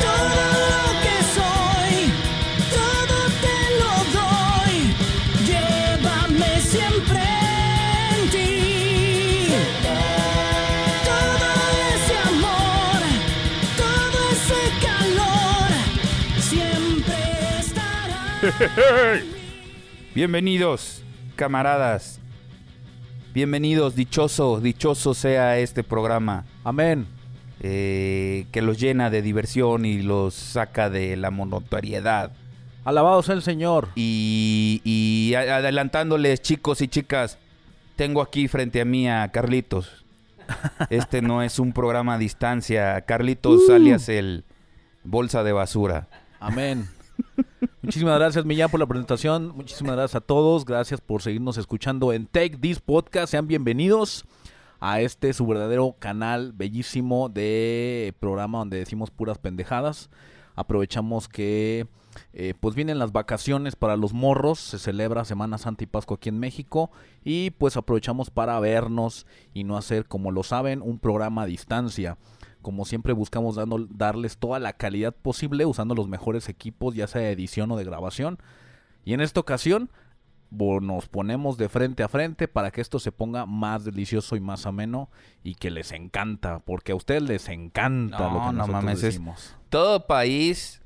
Todo lo que soy, todo te lo doy. Llévame siempre en ti. Todo ese amor, todo ese calor, siempre estará. Bienvenidos, camaradas. Bienvenidos, dichoso, dichoso sea este programa Amén. eh, que los llena de diversión y los saca de la monotariedad. Alabado sea el Señor. Y, y a- adelantándoles, chicos y chicas, tengo aquí frente a mí a Carlitos. Este no es un programa a distancia. Carlitos, alias el bolsa de basura. Amén. Muchísimas gracias, Millán, por la presentación. Muchísimas gracias a todos. Gracias por seguirnos escuchando en Take This Podcast. Sean bienvenidos a este su verdadero canal bellísimo de programa donde decimos puras pendejadas. Aprovechamos que eh, pues vienen las vacaciones para los morros, se celebra Semana Santa y Pascua aquí en México y pues aprovechamos para vernos y no hacer, como lo saben, un programa a distancia. Como siempre buscamos dando- darles toda la calidad posible usando los mejores equipos, ya sea de edición o de grabación. Y en esta ocasión bo- nos ponemos de frente a frente para que esto se ponga más delicioso y más ameno y que les encanta, porque a ustedes les encanta No, lo que no nosotros mames, es- decimos. Todo país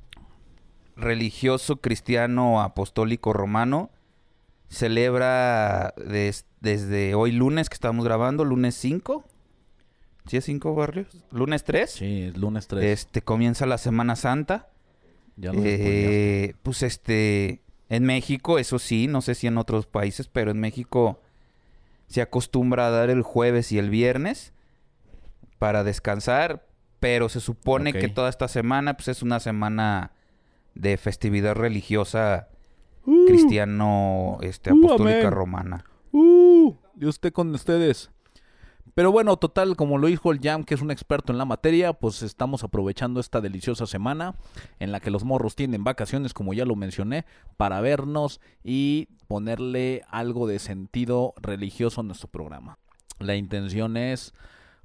religioso, cristiano, apostólico, romano celebra des- desde hoy lunes que estamos grabando, lunes 5. ¿Sí es 5 barrios? ¿Lunes 3? Sí, es lunes 3. Este comienza la Semana Santa. ya lo spoileaste. Eh, pues este, en México, eso sí, no sé si en otros países, pero en México se acostumbra a dar el jueves y el viernes para descansar, pero se supone Ok. que toda esta semana pues es una semana de festividad religiosa cristiano este Uh, apostólica amén. romana. ¡Uh! Y usted con ustedes. Pero bueno, total, como lo dijo el Jam, que es un experto en la materia, pues estamos aprovechando esta deliciosa semana en la que los morros tienen vacaciones, como ya lo mencioné, para vernos y ponerle algo de sentido religioso a nuestro programa. La intención es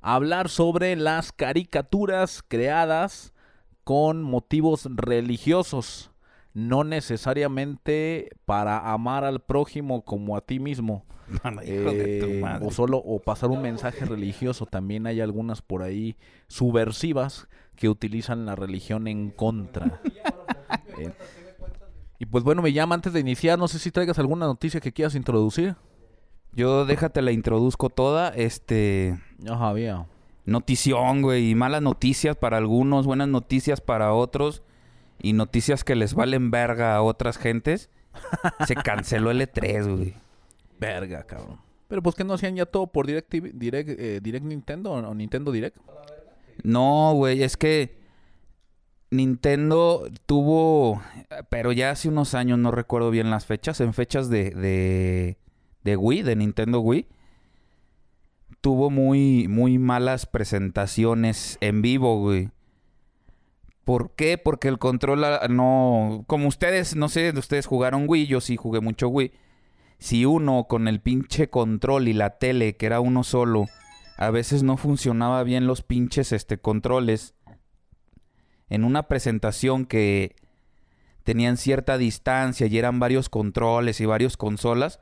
hablar sobre las caricaturas creadas con motivos religiosos, no necesariamente para amar al prójimo como a ti mismo. Hijo de tu Eh, madre. O solo o pasar un mensaje religioso. También hay algunas por ahí subversivas que utilizan la religión en contra. Eh, y pues bueno, me llama antes de iniciar. No sé si traigas alguna noticia que quieras introducir. Yo déjate la introduzco toda, este No, Javier. notición, güey, y malas noticias para algunos, buenas noticias para otros, y noticias que les valen verga a otras gentes. Se canceló el E3, güey. Verga, cabrón. Pero pues que no hacían ya todo por Direct, TV Direct, eh, Direct Nintendo o Nintendo Direct. No, güey, es que Nintendo tuvo, pero ya hace unos años, no recuerdo bien las fechas, en fechas de, de, de Wii, de Nintendo Wii, tuvo muy, muy malas presentaciones en vivo, güey. ¿Por qué? Porque el control ah, no... Como ustedes, no sé, ustedes jugaron Wii, yo sí jugué mucho Wii. Si uno con el pinche control y la tele, que era uno solo, a veces no funcionaba bien los pinches este, controles. En una presentación que tenían cierta distancia y eran varios controles y varios consolas,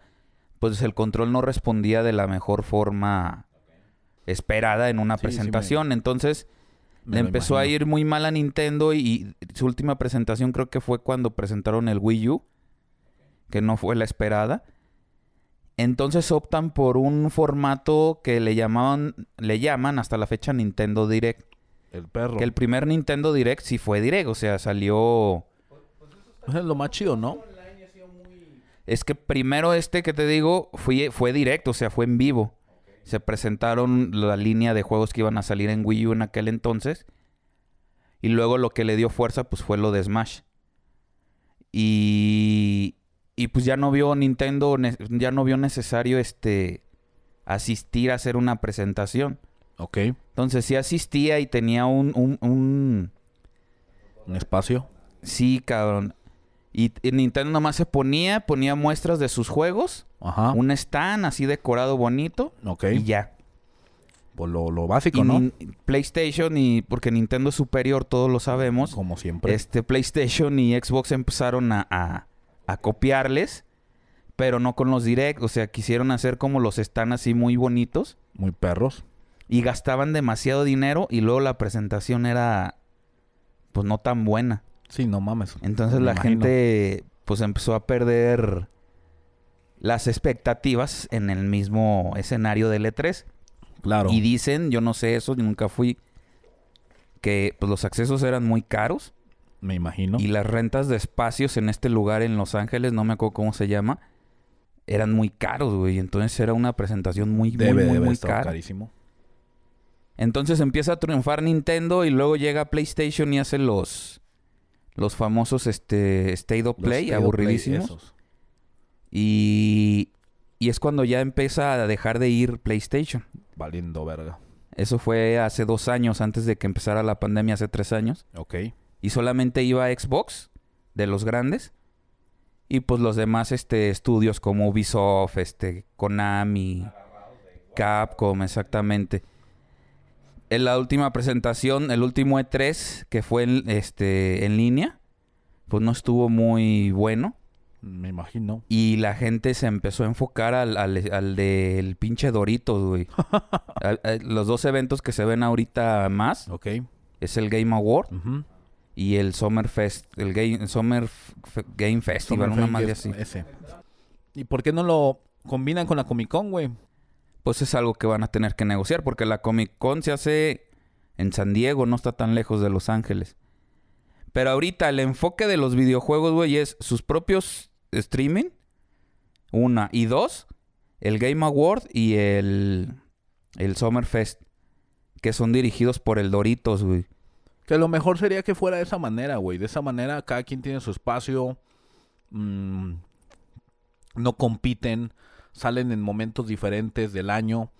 pues el control no respondía de la mejor forma esperada en una Sí, sí me- presentación. Entonces, Me le lo empezó a imagino. ir muy mal a Nintendo y, y su última presentación creo que fue cuando presentaron el Wii U. que no fue la esperada. Entonces optan por un formato que le llamaban, le llaman hasta la fecha Nintendo Direct. El perro. Que el primer Nintendo Direct sí fue Direct, o sea, salió... Es lo más chido, ¿no? Es que primero este que te digo fue, fue directo, o sea, fue en vivo. Se presentaron la línea de juegos que iban a salir en Wii U en aquel entonces. Y luego lo que le dio fuerza pues fue lo de Smash. Y, y pues ya no vio Nintendo, ne- ya no vio necesario este asistir a hacer una presentación. Ok. Entonces sí asistía y tenía un- un- un Un espacio. Sí, cabrón. Y, y Nintendo nomás se ponía, ponía muestras de sus juegos, Ajá. un stand así decorado bonito Ah. Ok. y ya. Pues lo, lo básico, Y ¿no? Nin- PlayStation y porque Nintendo es superior, todos lo sabemos. Como siempre. Este PlayStation y Xbox empezaron a, a- a copiarles, pero no con los direct, o sea, quisieron hacer como los stands así muy bonitos Muy perros. y gastaban demasiado dinero y luego la presentación era pues no tan buena. Sí, no mames. Entonces Me la imagino. gente pues empezó a perder las expectativas en el mismo escenario del E E3. Claro. Y dicen, yo no sé eso, yo nunca fui, que pues, los accesos eran muy caros Me imagino. y las rentas de espacios en este lugar en Los Ángeles, no me acuerdo cómo se llama, eran muy caros, güey. Entonces era una presentación muy, muy, debe, muy, debe muy estar cara. carísimo. Entonces empieza a triunfar Nintendo y luego llega PlayStation y hace los... Los famosos este, State of Los Play, State of Play aburridísimos. esos. Y, y es cuando ya empieza a dejar de ir PlayStation. Valiendo verga. Eso fue hace dos años, antes de que empezara la pandemia, hace tres años. Ok. Y solamente iba a Xbox, de los grandes. Y pues los demás este, estudios como Ubisoft, este, Konami, Capcom, exactamente. En la última presentación, el último E3, que fue en, este, en línea, pues no estuvo muy bueno. Me imagino. Y la gente se empezó a enfocar al, al- al del pinche Doritos, güey. A- a- Los dos eventos que se ven ahorita más Ok. es el Game Award Ujú. y el Summer Fest, el Game, Summer F- Game Festival, una Summerfest madre es- así. Ese. ¿Y por qué no lo combinan con la Comic Con, güey? Pues es algo que van a tener que negociar porque la Comic Con se hace en San Diego, no está tan lejos de Los Ángeles. Pero ahorita el enfoque de los videojuegos, güey, es sus propios streaming, una, y dos, el Game Award y el, el Summer Fest, que son dirigidos por el Doritos, güey. Que lo mejor sería que fuera de esa manera, güey. De esa manera cada quien tiene su espacio. mm, no compiten. Salen en momentos diferentes del año.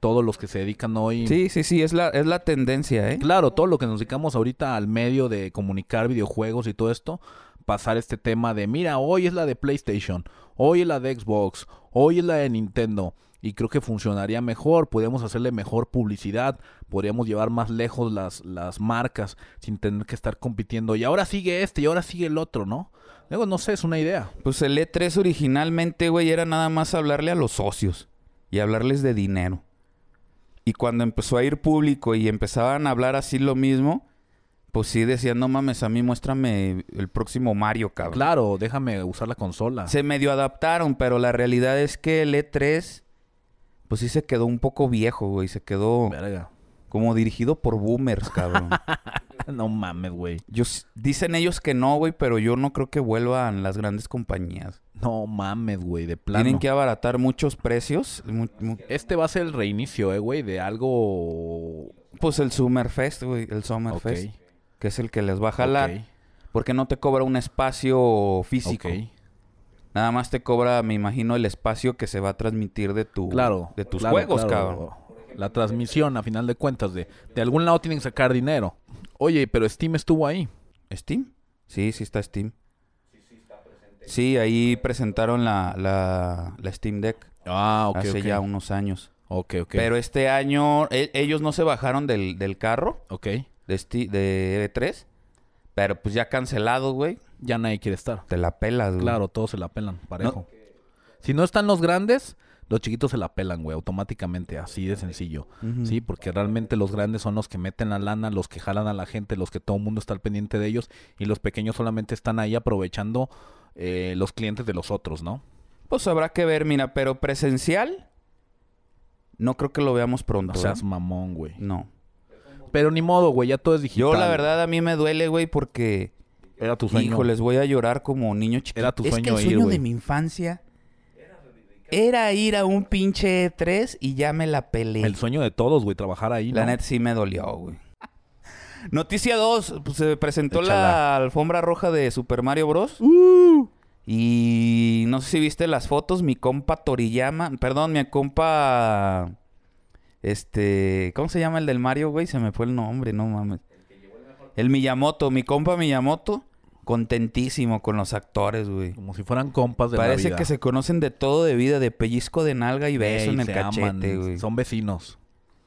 Todos los que se dedican hoy. Sí, sí, sí, es la, es la tendencia, ¿eh? Claro, todo lo que nos dedicamos ahorita al medio de comunicar videojuegos y todo esto, pasar este tema de, mira, hoy es la de PlayStation, hoy es la de Xbox, hoy es la de Nintendo. Y creo que funcionaría mejor, podríamos hacerle mejor publicidad, podríamos llevar más lejos las, las marcas sin tener que estar compitiendo. Y ahora sigue este, y ahora sigue el otro, ¿no? Luego, no sé, es una idea. Pues el E3 originalmente, güey, era nada más hablarle a los socios y hablarles de dinero. Y cuando empezó a ir público y empezaban a hablar así lo mismo, pues sí decían, no mames, a mí muéstrame el próximo Mario, cabrón. Claro, déjame usar la consola. Se medio adaptaron, pero la realidad es que el E3, pues sí se quedó un poco viejo, güey. Se quedó Verga. como dirigido por boomers, cabrón. No mames, güey. Yo s- dicen ellos que no, güey, pero yo no creo que vuelvan las grandes compañías. No mames, güey, de plano. Tienen que abaratar muchos precios. mu- mu- Este va a ser el reinicio, eh, güey, de algo. Pues el Summerfest, güey, el Ok, Summerfest, que es el que les va a jalar, ok, porque no te cobra un espacio físico. ok. Nada más te cobra, me imagino, el espacio que se va a transmitir de tu Claro. de tus claro, juegos, claro. cabrón. La transmisión, a final de cuentas, de, de algún lado tienen que sacar dinero. Oye, pero Steam estuvo ahí. ¿Steam? Sí, sí está Steam. Sí, ahí presentaron la, la, la Steam Deck Ah, ok. hace ok. ya unos años. Ok, ok. Pero este año e- ellos no se bajaron del, del carro Ok. de, Sti- de E3, pero pues ya cancelado, güey. Ya nadie quiere estar. Mm. Te la pelas, güey. Claro, todos se la pelan, parejo. Si no están los grandes, los chiquitos se la pelan, güey, automáticamente, así de sencillo. Ujú. Sí, porque realmente los grandes son los que meten la lana, los que jalan a la gente, los que todo el mundo está al pendiente de ellos y los pequeños solamente están ahí aprovechando eh, los clientes de los otros, ¿no? Pues habrá que ver, mira, pero presencial, no creo que lo veamos No pronto. seas ¿eh? mamón, güey. No. Pero ni modo, güey, ya todo es digital. Yo la verdad a mí me duele, güey, porque... era tu sueño. Hijo, les voy a llorar como niño chiquito. Era tu es sueño que ir, el sueño güey. de mi infancia era ir a un pinche E3 y ya me la pelé. El sueño de todos, güey, trabajar ahí. La ¿no? net sí me dolió, güey. Noticia 2. pues, se presentó la Échala. ¡Uh! alfombra roja de Super Mario Bros. Y no sé si viste las fotos. Mi compa Toriyama... Perdón, mi compa... Este... ¿Cómo se llama el del Mario, güey? Se me fue el nombre, no mames. El Miyamoto. Mi compa Miyamoto. Contentísimo con los actores, güey. Como si fueran compas de la Parece vida. que se conocen de todo de vida. De pellizco de nalga y beso Ey, en el se aman, cachete, güey. Son vecinos.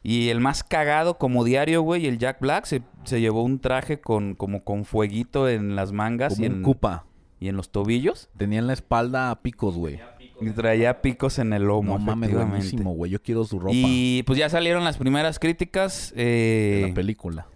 Y el más cagado como diario, güey, el Jack Black se, se llevó un traje con como con fueguito en las mangas Como y un en, cupa. y en los tobillos. Tenían la espalda a picos, güey. Y traía picos en el lomo, No mames, efectivamente. buenísimo, güey. Yo quiero su ropa. Y pues ya salieron las primeras críticas. eh, de la película.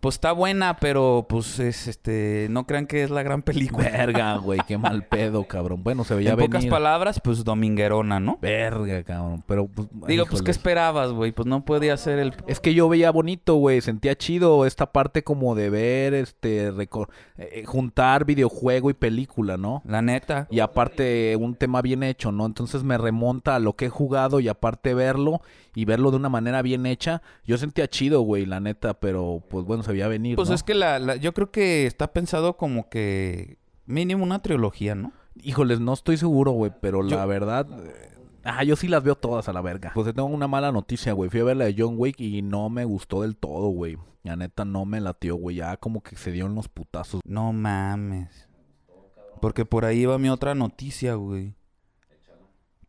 pues está buena, pero pues es este. No crean que es la gran película. Verga, güey. Qué mal pedo, cabrón. Bueno, se veía en pocas venir. palabras, pues dominguerona, ¿no? Verga, cabrón. Pero, pues, Digo, pues, ¿qué híjoles. esperabas, güey? Pues no podía ser el. Es que yo veía bonito, güey, sentía chido esta parte como de ver, este, reco- eh, eh, juntar videojuego y película, ¿no? La neta. Y aparte un tema bien hecho, ¿no? Entonces me remonta a lo que he jugado y aparte verlo y verlo de una manera bien hecha, yo sentía chido, güey, la neta, pero pues bueno, se veía venir. Pues ¿no? es que la, la- yo creo que está pensado como que mínimo una trilogía, ¿no? Híjoles, no estoy seguro, güey, pero la Yo- verdad... eh, Ah, yo sí las veo todas a la verga. Pues te tengo una mala noticia, güey. Fui a ver la de John Wick y no me gustó del todo, güey. La neta no me latió, güey. Ya como que se dio unos putazos. No mames. Porque por ahí va mi otra noticia, güey.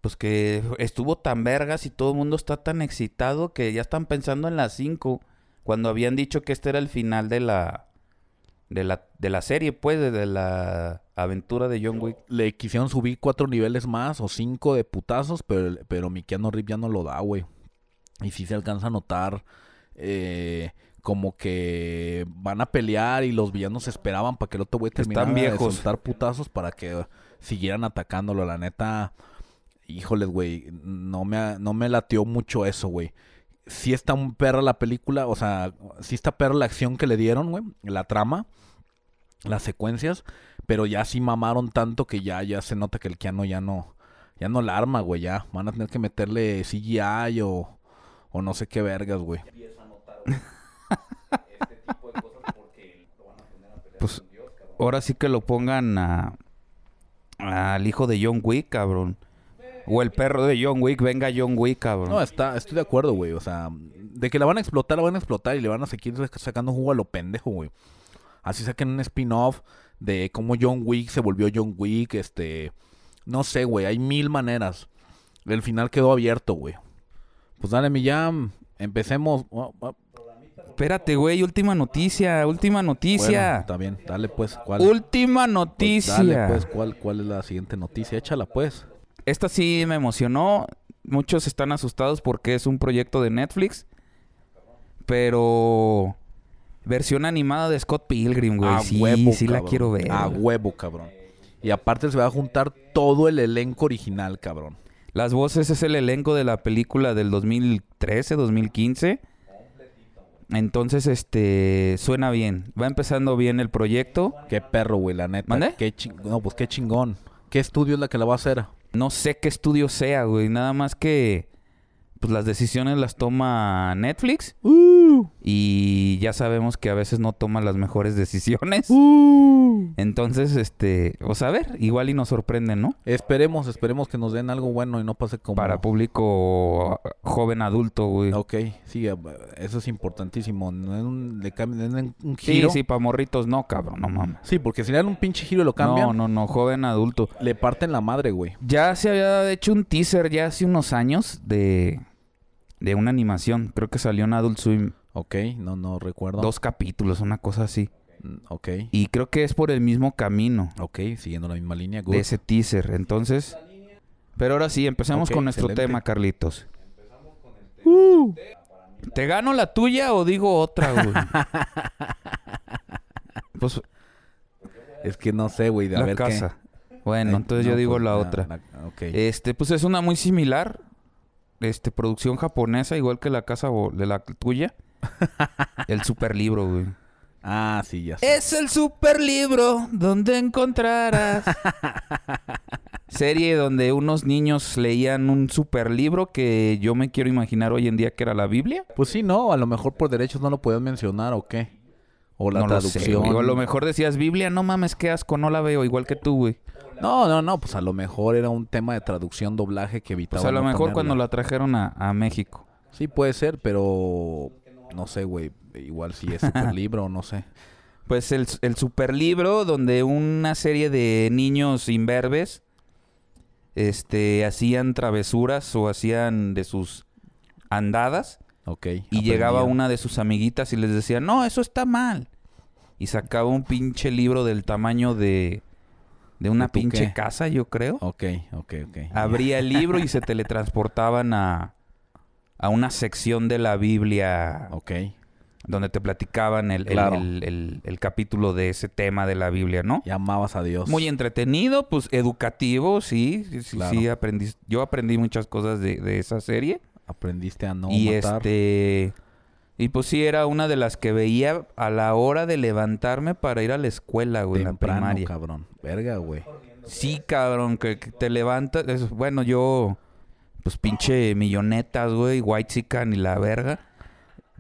Pues que estuvo tan vergas y todo el mundo está tan excitado que ya están pensando en las 5. Cuando habían dicho que este era el final de la. De la, de la serie, pues, de, de la aventura de John Wick. Le quisieron subir cuatro niveles más o cinco de putazos, pero, pero mi Keanu Reeves ya no lo da, güey. Y sí se alcanza a notar eh, como que van a pelear y los villanos esperaban para que el otro güey terminara de viejos. soltar putazos para que siguieran atacándolo. La neta, híjoles, güey, no me, ha- no me latió mucho eso, güey. Sí está un perra la película, o sea, sí está perra la acción que le dieron, güey, la trama, las secuencias, pero ya sí mamaron tanto que ya, ya se nota que el Keanu ya no, ya no la arma, güey, ya. Van a tener que meterle CGI o, o no sé qué vergas, güey. Pues ahora sí que lo pongan a- al hijo de John Wick, cabrón. O el perro de John Wick, venga John Wick, cabrón. No, está, estoy de acuerdo, güey. O sea, de que la van a explotar, la van a explotar y le van a seguir sac- sacando jugo a lo pendejo, güey. Así saquen un spin-off de cómo John Wick se volvió John Wick, este... No sé, güey, hay mil maneras. El final quedó abierto, güey. Pues dale, mi jam, empecemos. Oh, oh, Espérate, güey, última noticia, última bueno, noticia. está bien, dale pues. ¿cuál? última Pues, noticia. dale pues, ¿cuál, ¿cuál es la siguiente noticia? Échala pues. Esta sí me emocionó. Muchos están asustados porque es un proyecto de Netflix. Pero versión animada de Scott Pilgrim, güey. sí, sí la cabrón. quiero ver. A huevo, cabrón. Y aparte se va a juntar todo el elenco original, cabrón. Las voces es el elenco de la película del 2013, 2015. Entonces, este, suena bien. Va empezando bien el proyecto. Qué perro, güey, la neta. ¿Mande? Qué ching- No, pues qué chingón. ¿Qué estudio es la que la va a hacer? No sé qué estudio sea, güey. Nada más que pues las decisiones las toma Netflix. Uh, Y ya sabemos que a veces no toma las mejores decisiones. Uh. uh. Entonces, este, o sea, a ver, igual y nos sorprenden, ¿no? Esperemos, esperemos que nos den algo bueno y no pase como... Para público ah, joven adulto, güey. Ok, sí, eh, eso es importantísimo. No en un- le cambien en un- un Sí, giro. sí, para morritos no, cabrón, no mames. Sí, porque si le dan un pinche giro y lo cambian, No, no, no, joven adulto. le parten la madre, güey. Ya se había hecho un teaser ya hace unos años de, de una animación. Creo que salió en Adult Swim. Ok, no, no recuerdo. Dos capítulos, una cosa así. Mm, Ok, Y creo que es por el mismo camino ok, siguiendo la misma línea. good. de ese teaser. Entonces, Pero ahora sí, empezamos Ok, con nuestro excelente. tema, Carlitos. Uh. ¿Te gano la tuya o digo otra, güey? pues Es que no sé, güey, de a la ver qué. casa. Bueno, Ay, entonces no, yo digo pues, la na- otra. na- ok. Este, pues es una muy similar. Este, producción japonesa, igual que la casa bo- de la tuya. el superlibro, güey. ah, sí, ya sé. Es el superlibro donde encontrarás. Serie donde unos niños leían un superlibro que yo me quiero imaginar hoy en día que era la Biblia. Pues sí, no, a lo mejor por derechos no lo podías mencionar o qué. O la no lo sé, traducción. güey. O a lo mejor decías Biblia, no mames, qué asco, no la veo, igual que tú, güey. No, no, no, pues a lo mejor era un tema de traducción, doblaje que evitaba. Pues a lo no mejor ponerla. cuando la trajeron a, a México. Sí, puede ser, pero no sé, güey. Igual si es libro o no sé. Pues el, el superlibro donde una serie de niños imberbes este, hacían travesuras o hacían de sus andadas. Ok. Y llegaba una de sus amiguitas y les decía, no, eso está mal. Y sacaba un pinche libro del tamaño de, de una ¿De tu pinche qué? casa, yo creo. Ok, ok, ok. Abría el libro y se teletransportaban a, a una sección de la Biblia Ok. donde te platicaban el, el- Claro. el- el- el capítulo de ese tema de la Biblia, ¿no? Y amabas a Dios. Muy entretenido, pues educativo, sí. Sí, sí, Claro. sí, aprendí, yo aprendí muchas cosas de, de esa serie. Aprendiste a no y matar. este y pues sí era una de las que veía a la hora de levantarme para ir a la escuela, güey, en la temprano, primaria. cabrón. Verga, güey. Sí, cabrón, que, que te levantas, es- bueno, yo pues pinche millonetas, güey, white chican y la verga.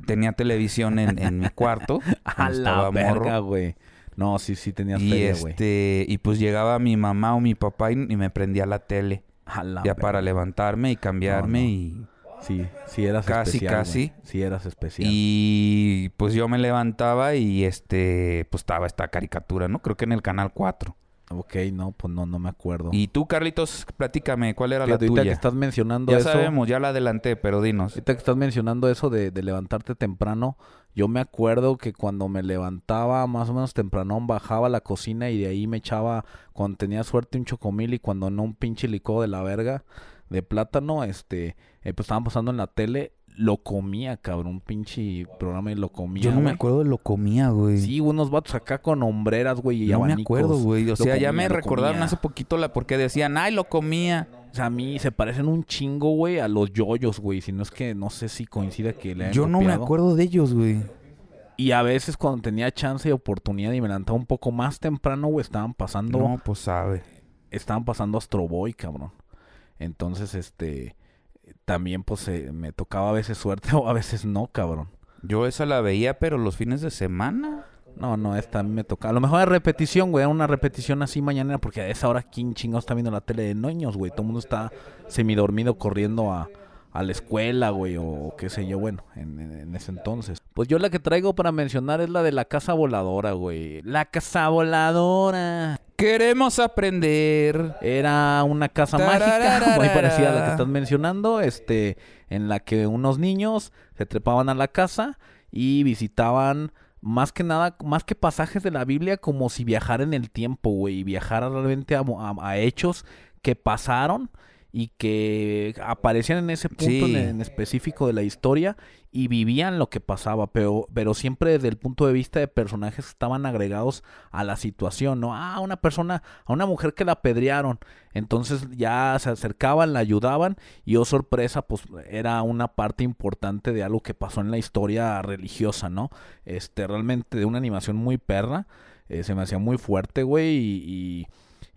Tenía televisión en, en mi cuarto. A cuando la estaba morro. verga, güey. No, sí, sí tenías Y feria, güey. este, y pues llegaba mi mamá o mi papá y, y me prendía la tele. A la ya verga. para levantarme y cambiarme Ah, no. y Sí, sí eras Casi, especial. güey. casi. Sí eras especial. Y pues yo me levantaba y este, pues estaba esta caricatura, ¿no? Creo que en el canal 4. Ok, no, pues no, no me acuerdo. Y tú, Carlitos, platícame, ¿cuál era Fíjate, la ahorita tuya? que estás mencionando Ya eso. sabemos, ya la adelanté, pero dinos. Ahorita que estás mencionando eso de, de levantarte temprano, yo me acuerdo que cuando me levantaba más o menos temprano, bajaba a la cocina y de ahí me echaba, cuando tenía suerte, un chocomil y cuando no, un pinche licuado de la verga de plátano, este, eh, pues estaban pasando en la tele, lo comía, cabrón, un pinche programa y lo comía. Yo no me güey. acuerdo de lo comía, güey. Sí, unos vatos acá con hombreras, güey, y no me abanicos. acuerdo, güey. O Lo sea, ya comía, me lo recordaron comía. hace poquito la porque decían, ay, lo comía. O sea, a mí se parecen un chingo, güey, a los yoyos, güey. Si no es que no sé si coincida que le hayan Yo no me copiado. acuerdo de ellos, güey. Y a veces cuando tenía chance y oportunidad y me levantaba un poco más temprano, güey, estaban pasando, No, pues sabe. estaban pasando Astro Boy, cabrón. Entonces, este, también pues eh, me tocaba a veces suerte o a veces no, cabrón. Yo esa la veía, pero los fines de semana. No, no, esta a mí me tocaba. A lo mejor de repetición, güey, era una repetición así mañanera, porque a esa hora quién chingados está viendo la tele de niños, güey. Todo el mundo está semidormido corriendo a, a la escuela, güey, o, o qué sé yo, bueno, en, en- en ese entonces. Pues yo la que traigo para mencionar es la de la casa voladora, güey. La casa voladora. Queremos aprender. Era una casa mágica, muy parecida a la que estás mencionando, este, en la que unos niños se trepaban a la casa y visitaban más que nada, más que pasajes de la Biblia, como si viajara en el tiempo, güey, y viajara realmente a, mo- a- a hechos que pasaron y que aparecían en ese punto Sí. en, en específico de la historia y vivían lo que pasaba, pero, pero siempre desde el punto de vista de personajes que estaban agregados a la situación, ¿no? Ah, una persona, a una mujer que la apedrearon, entonces ya se acercaban, la ayudaban y oh sorpresa, pues era una parte importante de algo que pasó en la historia religiosa, ¿no? Este, realmente de una animación muy perra, eh, se me hacía muy fuerte, güey, y, y,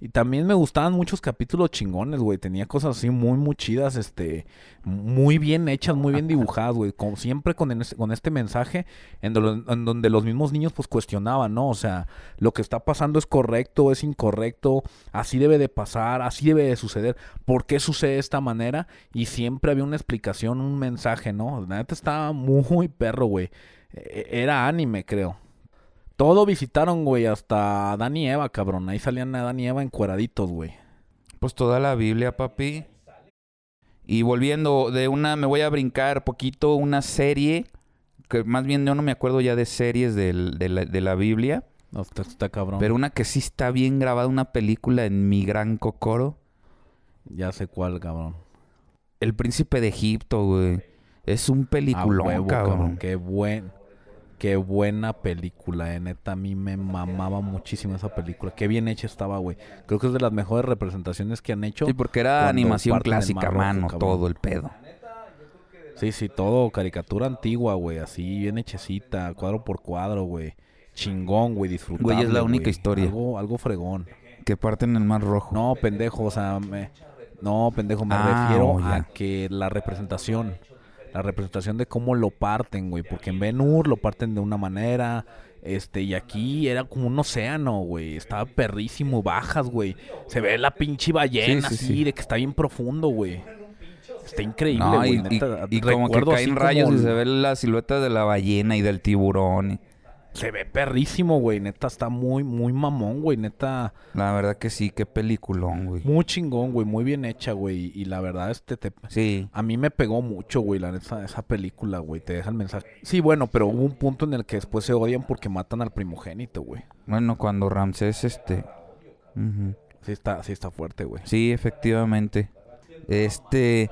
y también me gustaban muchos capítulos chingones, güey, tenía cosas así muy, muy chidas, este, muy bien hechas, muy bien dibujadas, güey, como siempre con, en- con este mensaje en, do- en donde los mismos niños pues cuestionaban, ¿no? O sea, lo que está pasando es correcto, es incorrecto, así debe de pasar, así debe de suceder, ¿por qué sucede de esta manera? Y siempre había una explicación, un mensaje, ¿no? La neta estaba muy perro, güey. E- Era anime, creo. Todo visitaron, güey, hasta Adán y Eva, cabrón. Ahí salían Adán y Eva encueraditos, güey. Pues toda la Biblia, papi. Y volviendo de una, me voy a brincar poquito, una serie, que más bien yo no me acuerdo ya de series del- de, la, de la Biblia, No, está, está este cabrón. pero una que sí está bien grabada, una película en mi gran cocoro, Ya sé cuál, cabrón. El príncipe de Egipto, güey. Es un peliculón, A Ah, huevo, cabrón. Qué buen, qué buena película, eh. Neta, a mí me mamaba muchísimo esa película. Qué bien hecha estaba, güey. Creo que es de las mejores representaciones que han hecho. Sí, porque era cuando animación parten el clásica, Mar Rojo, mano, cabrón. todo el pedo. Sí, sí, todo. Caricatura antigua, güey. Así, bien hechecita, cuadro por cuadro, güey. Chingón, güey, disfrutable. Güey, es la única historia. Algo, algo fregón. Que parte en el Mar Rojo. No, pendejo, o sea, me- no, pendejo, me Ah, refiero oh, ya. a que la representación, la representación de cómo lo parten, güey, porque en Ben Hur lo parten de una manera, este, y aquí era como un océano, güey, estaba perrísimo, bajas, güey, se ve la pinche ballena Sí, sí, así, sí. de que está bien profundo, güey, está increíble, No, güey, y, y- neta, y como que recuerdo así caen rayos como- y se ve la silueta de la ballena y del tiburón. y- se ve perrísimo, güey, neta, está muy, muy mamón, güey, neta, La verdad que sí, qué peliculón, güey. muy chingón, güey, muy bien hecha, güey, y la verdad, este, te... Sí. A mí me pegó mucho, güey, la neta, esa película, güey. Te deja el mensaje. Sí, bueno, pero hubo un punto en el que después se odian porque matan al primogénito, güey. Bueno, cuando Ramsés, este... ujú. Sí está, sí está fuerte, güey. Sí, efectivamente. Este,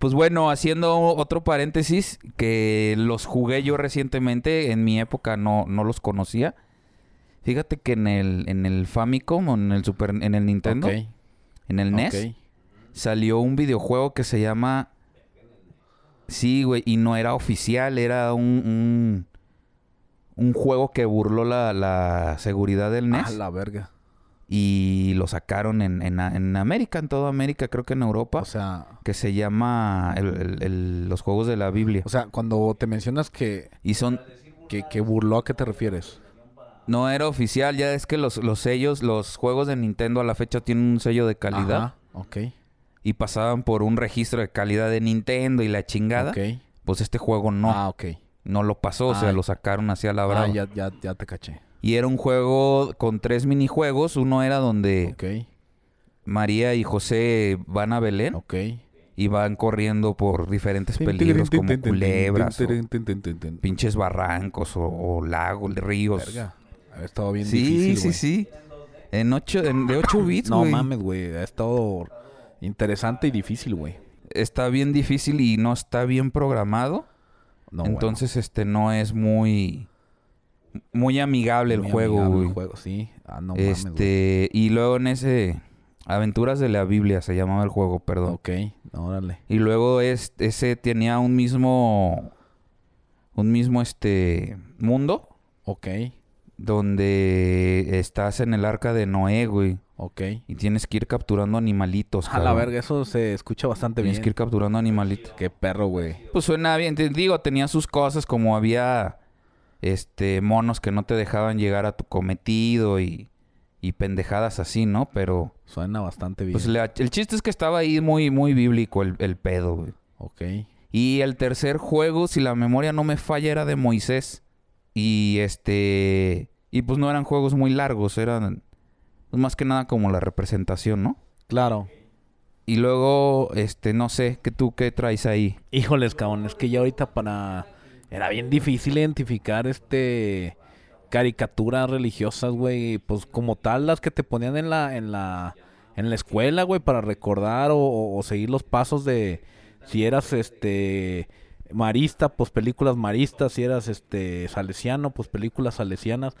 pues bueno, haciendo otro paréntesis, que los jugué yo recientemente, en mi época no, no los conocía. Fíjate que en el, en el Famicom, o en el Super, en el Nintendo, Ok, en el E NES, ok. salió un videojuego que se llama. Sí, güey, y no era oficial, era un, un, un juego que burló la, la seguridad del NES Ah, la verga. y lo sacaron en, en- en América, en toda América, creo que en Europa, O sea, que se llama el- el- el- Los Juegos de la Biblia. o sea, cuando te mencionas que, y son... que, que burló, ¿a qué te refieres? No era oficial, ya es que los, los sellos, los juegos de Nintendo a la fecha tienen un sello de calidad Ajá, ok. y pasaban por un registro de calidad de Nintendo y la chingada. Ok. Pues este juego no, Ah, ok. no lo pasó, o sea, Ah. lo sacaron hacia la Ah, brava. ya, ya, ya te caché. Y era un juego con tres minijuegos. Uno era donde Ok, María y José van a Belén. ok. y van corriendo por diferentes peligros como culebras, o pinches barrancos o, o lagos, ríos. Verga. Ha estado bien sí, difícil, sí, güey. sí. En ocho, en, de 8 bits, No güey. mames, güey. Ha estado interesante y difícil, güey. Está bien difícil y no está bien programado. No, bueno. entonces, este no es muy muy amigable Muy el juego, amigable güey. El juego, sí. Ah, no mames, güey. este, y luego en ese Aventuras de la Biblia se llamaba el juego, perdón. Ok, órale. Y luego es, ese tenía un mismo un mismo este mundo Ok, donde estás en el arca de Noé, güey, ok. y tienes que ir capturando animalitos. A la Pues, cabrón. verga, eso se escucha bastante Tienes bien. que ir capturando animalitos. Qué perro, güey. Pues suena bien, te digo, tenía sus cosas como había este monos que no te dejaban llegar a tu cometido y y pendejadas así, ¿no? Pero Suena bastante bien. pues la- el chiste es que estaba ahí muy muy bíblico el, el pedo, güey. Ok. Y el tercer juego, si la memoria no me falla, era de Moisés. Y este. Y pues no eran juegos muy largos, eran pues, más que nada como la representación, ¿no? Claro. Y luego, este, no sé, ¿qué tú qué traes ahí? Híjoles, cabrón, es que ya ahorita para... Era bien difícil identificar este... Caricaturas religiosas, güey. Pues como tal, las que te ponían en la... En la, en la escuela, güey, para recordar o, o- o seguir los pasos de... Si eras, este... Marista, pues películas maristas. Si eras, este... Salesiano, pues películas salesianas.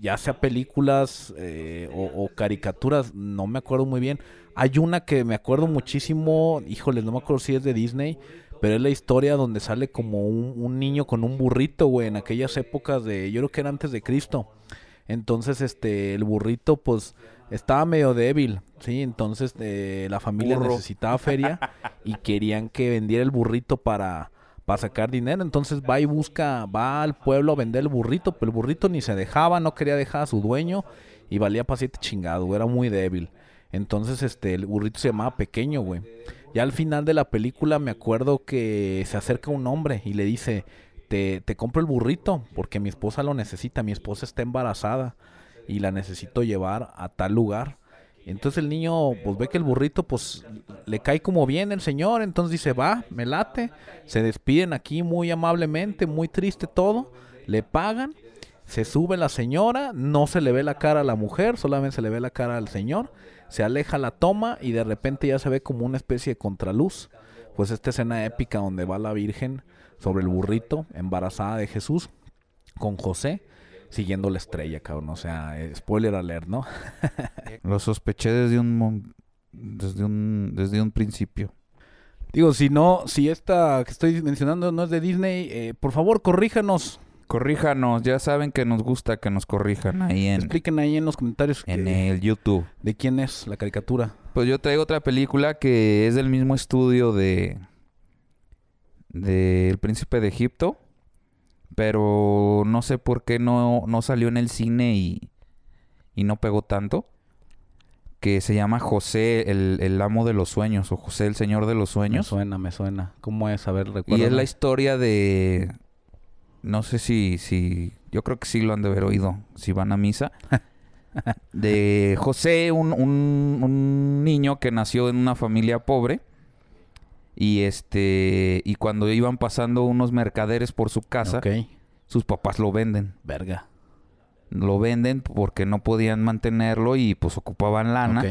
Ya sea películas eh, o, o caricaturas, no me acuerdo muy bien. Hay una que me acuerdo muchísimo, híjoles, no me acuerdo si es de Disney, pero es la historia donde sale como un, un niño con un burrito, güey, en aquellas épocas de, yo creo que era antes de Cristo. Entonces, este, el burrito, pues, estaba medio débil, ¿sí? Entonces, eh, la familia Burro. necesitaba feria y querían que vendiera el burrito para, para sacar dinero. Entonces, va y busca, va al pueblo a vender el burrito, pero el burrito ni se dejaba, no quería dejar a su dueño y valía para siete chingado, güey, era muy débil. Entonces, este, el burrito se llamaba Pequeño, güey. Ya al final de la película me acuerdo que se acerca un hombre y le dice, te, te compro el burrito porque mi esposa lo necesita, mi esposa está embarazada y la necesito llevar a tal lugar. Entonces el niño pues ve que el burrito pues le cae como bien el señor, entonces dice, va, me late, se despiden aquí muy amablemente, muy triste todo, le pagan, se sube la señora, no se le ve la cara a la mujer, solamente se le ve la cara al señor, se aleja la toma y de repente ya se ve como una especie de contraluz. Pues esta escena épica donde va la Virgen sobre el burrito, embarazada de Jesús, con José, siguiendo la estrella, cabrón. O sea, eh, spoiler alert, ¿no? Lo sospeché desde un mom- desde un desde un principio. Digo, si no, si esta que estoy mencionando no es de Disney, eh, por favor, corríjanos. Corríjanos, ya saben que nos gusta que nos corrijan ahí en, Expliquen ahí en los comentarios en que- el YouTube. de quién es la caricatura. Pues yo traigo otra película que es del mismo estudio de de El Príncipe de Egipto, pero no sé por qué no, no salió en el cine y, y no pegó tanto, que se llama José el, el amo de los sueños o José el señor de los Me sueños. suena, me suena. ¿Cómo es? A ver, Y recuerdo. es la historia de... No sé si, si... Yo creo que sí lo han de haber oído, si van a misa. De José, un, un- un niño que nació en una familia pobre. Y este... Y cuando iban pasando unos mercaderes por su casa, Ok, sus papás lo venden. verga. Lo venden porque no podían mantenerlo y pues ocupaban lana. Ok.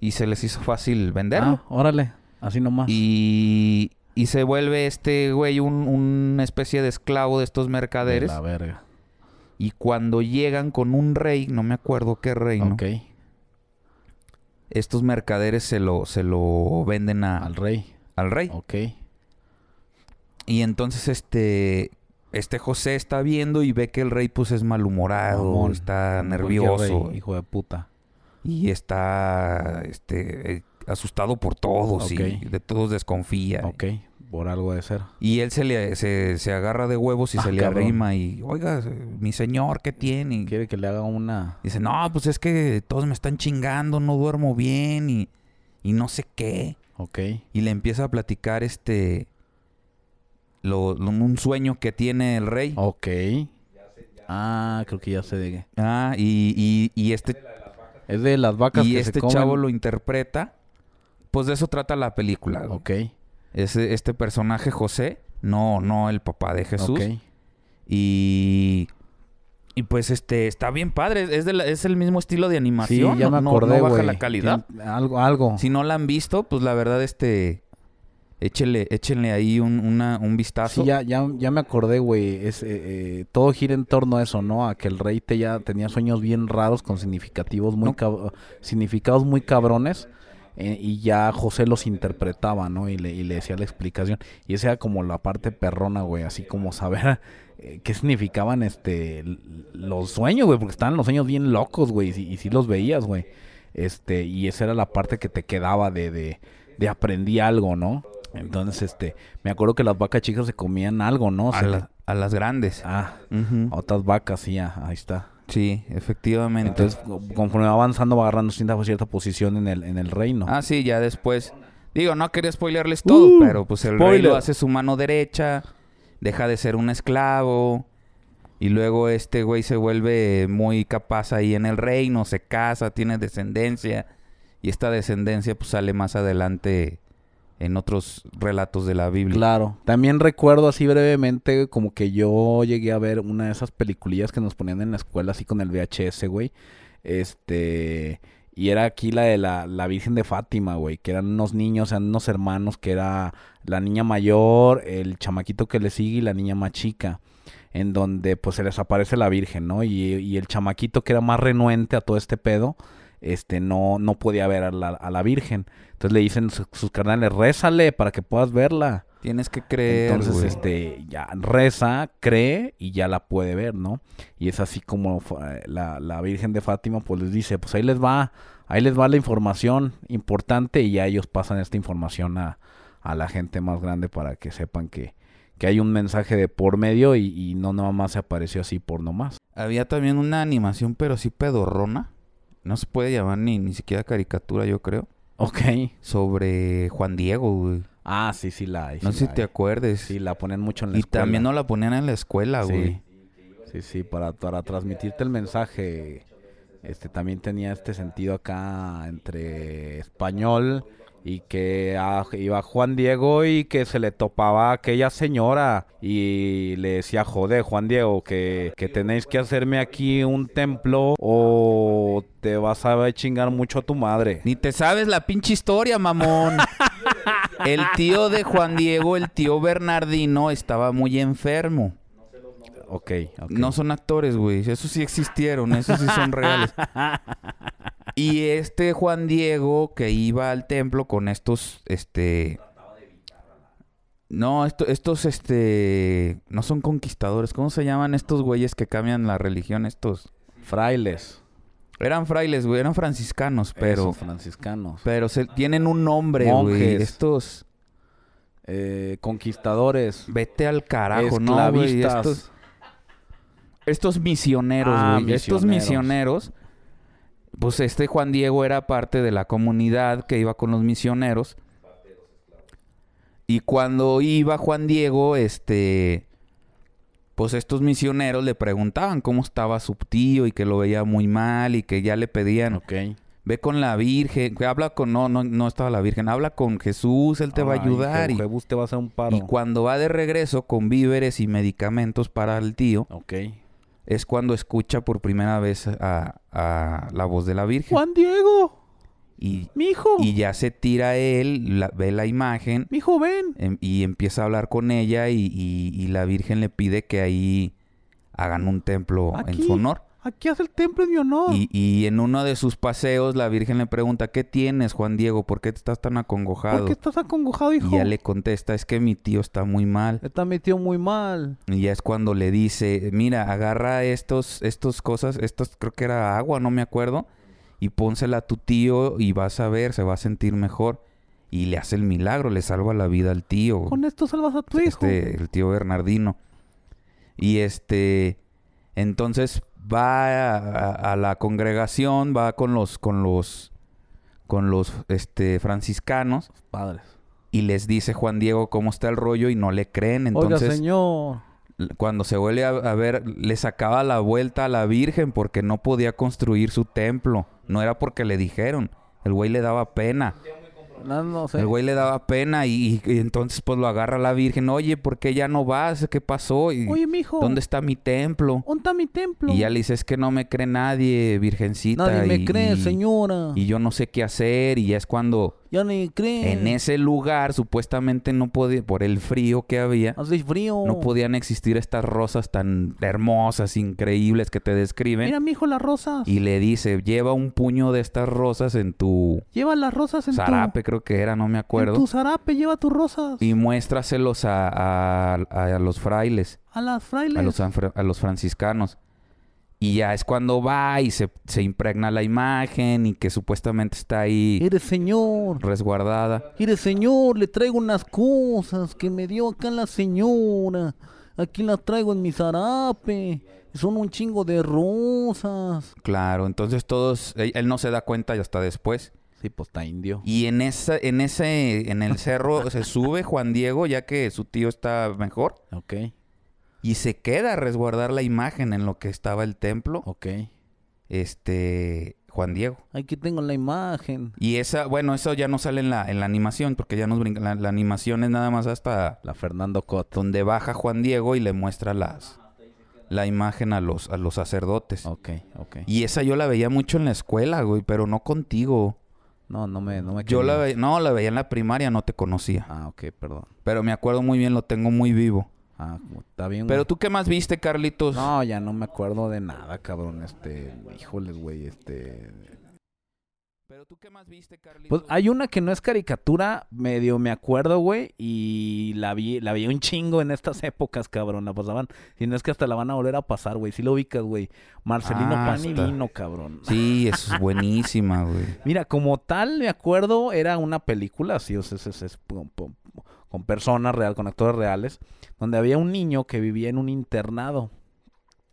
Y se les hizo fácil venderlo. Ah, órale, así nomás. Y, y se vuelve este güey un, una especie de esclavo de estos De mercaderes. la verga. Y cuando llegan con un rey, no me acuerdo qué reino, Ok, estos mercaderes se lo, se lo venden a- al rey. al rey. Ok. Y entonces este, este José está viendo y ve que el rey pues es malhumorado, Mamón. uh, está Cualquier nervioso rey, hijo de puta. y está este, eh, asustado por todos y Ok. de todos desconfía. Ok, por algo de ser. Y él se le se, se agarra de huevos y Ah, se le cabrón. arrima y, oiga, mi señor, ¿qué tiene? Y Quiere que le haga una... dice, no, pues es que todos me están chingando, no duermo bien y, y no sé qué. Ok, Y le empieza a platicar este lo- lo- un sueño que tiene el rey. ok. Ah, creo que ya sé de qué. Ah, y, y- y este, Es de las vacas y que se este comen. chavo lo interpreta. Pues de eso trata la película. güey. Ok, Ese- este personaje, José, no, no el papá de Jesús. ok. Y. Y pues este, está bien padre. Es, de la- es el mismo estilo de Sí, animación. ya no, me no- acordé, no baja güey. la calidad. Tien- Algo, algo. Si no la han visto, pues la verdad, este. Échenle, échenle ahí un, una- un vistazo. Sí, ya, ya, ya me acordé, güey. Es, eh, eh, todo gira en torno a eso, ¿no? A que el rey te ya tenía sueños bien raros con significativos muy No. cab- significados muy cabrones. eh, y ya José los interpretaba, ¿no? Y le, y le decía la explicación. Y esa era como la parte perrona, güey. Así como saber eh, qué significaban este l- los sueños, güey. Porque estaban los sueños bien locos, güey. Y, sí- y sí los veías, güey. Este, y esa era la parte que te quedaba de, de, de aprendí algo, ¿no? Entonces, este, me acuerdo que las vacas chicas se comían algo, ¿no? O a, sea, la- a las grandes. ah, Ujú. a otras vacas, sí, ah, ahí está. Sí, efectivamente. Entonces, co- conforme va avanzando, va agarrando cierta, cierta posición en el, en el reino. ah, sí, ya después. Digo, no quería spoilearles todo, Uh, pero pues el rey spoiler. lo hace su mano derecha. Deja de ser un esclavo. Y luego este güey se vuelve muy capaz ahí en el reino, se casa, tiene descendencia. Y esta descendencia pues sale más adelante en otros relatos de la Biblia. Claro. También recuerdo así brevemente como que yo llegué a ver una de esas peliculillas que nos ponían en la escuela así con el VHS, güey. Este... Y era aquí la de la, la Virgen de Fátima, güey. Que eran unos niños, eran unos hermanos, que era la niña mayor, el chamaquito que le sigue y la niña más chica. En donde pues se les aparece la Virgen, ¿no? Y, y el chamaquito que era más renuente a todo este pedo, este, no, no podía ver a la, a la Virgen. Entonces le dicen sus, sus carnales, rézale para que puedas verla. Tienes que creer. Entonces, güey. este, ya reza, cree y ya la puede ver, ¿no? Y es así como fa- la, la Virgen de Fátima, pues les dice, pues ahí les va, ahí les va la información importante y ya ellos pasan esta información a, a la gente más grande para que sepan que, que hay un mensaje de por medio y, y no nada más se apareció así por nomás. Había también una animación, pero sí pedorrona. No se puede llamar ni, ni siquiera caricatura, yo creo. Ok. Sobre Juan Diego, güey. Ah, sí, sí la hay. No sí sé la si te hay. acuerdes. Sí, la ponen mucho en la y escuela. también no la ponían en la escuela, Sí. Ah, güey. Sí, sí, para, para transmitirte el mensaje. Este también tenía este sentido acá entre español y y que a- iba Juan Diego y que se le topaba a aquella señora y le decía, joder, Juan Diego, que, que tenéis que hacerme aquí un templo o te vas a chingar mucho a tu madre. Ni te sabes la pinche historia, mamón. El tío de Juan Diego, el tío Bernardino, estaba muy enfermo. Ok, ok. No son actores, güey. Esos sí existieron, esos sí son reales. Y este Juan Diego que iba al templo con estos, este... No, esto- estos, este... No son conquistadores. ¿Cómo se llaman estos güeyes que cambian la religión? Estos... Frailes. Eran frailes, güey. Eran franciscanos, pero... Eso, franciscanos. Pero se, tienen un nombre, güey. Monjes. Estos... Eh, conquistadores. Vete al carajo, ¿no, güey? esclavistas. Estos... estos misioneros, Ah, güey. Estos misioneros. misioneros. Pues este Juan Diego era parte de la comunidad que iba con los misioneros. Y cuando iba Juan Diego, este. Pues estos misioneros le preguntaban cómo estaba su tío y que lo veía muy mal y que ya le pedían, Ok. ve con la Virgen, que habla con, no, no, no estaba la Virgen, habla con Jesús, él te va a Ay, ayudar. que y- Jebus te va a hacer un paro. y cuando va de regreso con víveres y medicamentos para el tío, Ok. es cuando escucha por primera vez a, a la voz de la Virgen. Juan Diego, Y, mi hijo, y ya se tira él, la- ve la imagen mi joven. em- y empieza a hablar con ella y, y- y la Virgen le pide que ahí hagan un templo en Aquí. su honor. Aquí hace el templo en mi honor. Y, y en uno de sus paseos la Virgen le pregunta, ¿qué tienes, Juan Diego? ¿Por qué estás tan ¿Por acongojado? qué estás acongojado, hijo? Y ya le contesta, es que mi tío está muy mal. Está metido muy mal. Y ya es cuando le dice, mira, agarra estos, estos cosas, estos creo que era agua, no me acuerdo, y pónsela a tu tío y vas a ver, se va a sentir mejor. Y le hace el milagro, le salva la vida al tío, Con esto salvas a tu hijo. este, el tío Bernardino. Y este, entonces va a, a- a la congregación, va con los, con los, con los, este, franciscanos Padres. y les dice Juan Diego cómo está el rollo y no le creen, entonces Oiga, señor. l- cuando se vuelve a, a ver, le sacaba la vuelta a la Virgen porque no podía construir su templo. No era porque le dijeron. El güey le daba pena. No, no sé. El güey le daba pena y, y entonces pues lo agarra la Virgen. Oye, ¿por qué ya no vas? ¿Qué pasó? Y, Oye, mijo. ¿Dónde está mi templo? ¿Dónde está mi templo? Y ya le dice, es que no me cree nadie, virgencita. Nadie me y- cree, y- señora. Y yo no sé qué hacer. Y ya es cuando Ya nadie cree. en ese lugar supuestamente no podía, por el frío que había, Hace frío. No podían existir estas rosas tan hermosas, increíbles que te describen. Mira, mijo, las rosas. Y le dice, lleva un puño de estas rosas en tu Lleva las rosas en zarape, creo que era, no me tu... En acuerdo. tu zarape lleva tus rosas. Y muéstraselos a, a- a los frailes, A las frailes. a los, anfra- a los franciscanos. Y ya es cuando va y se, se impregna la imagen y que supuestamente está ahí Eres señor. resguardada. Mire, señor, le traigo unas cosas que me dio acá la señora. Aquí las traigo en mi zarape. Son un chingo de rosas. Claro, entonces todos, él, él no se da cuenta y hasta después. Sí, pues está indio. Y en esa, en ese, en el cerro se sube Juan Diego, ya que su tío está mejor, Ok, y se queda a resguardar la imagen en lo que estaba el templo, ok. este Juan Diego. Aquí tengo la imagen. Y esa, bueno, eso ya no sale en la, en la animación, porque ya nos brinca, la, la animación es nada más hasta La Fernando Cotto. donde baja Juan Diego y le muestra las la imagen a los, a los sacerdotes. Ok, ok. Y esa yo la veía mucho en la escuela, güey, pero no contigo. No, no me, no me Yo la quedé. veía, no, la veía en la primaria, no te conocía. Ah, ok, perdón. Pero me acuerdo muy bien, lo tengo muy vivo. Ah, como- está bien. Pero güey. tú pues, qué más viste, Carlitos? No, ya no me acuerdo de nada, cabrón. Este, híjoles, güey, este. Pero tú qué más viste, Carlitos? Pues hay una que no es caricatura, medio me acuerdo, güey, y la vi, la vi un chingo en estas épocas, cabrón, la pasaban. Si no es que hasta la van a volver a pasar, güey, si lo ubicas, güey. Marcelino Ah, Pan y está. Vino, cabrón. Sí, eso es buenísima, güey. Mira, como tal, me acuerdo, era una película, así, o sea, es, es- es pum, pum, pum, con personas real, con actores reales, donde había un niño que vivía en un internado.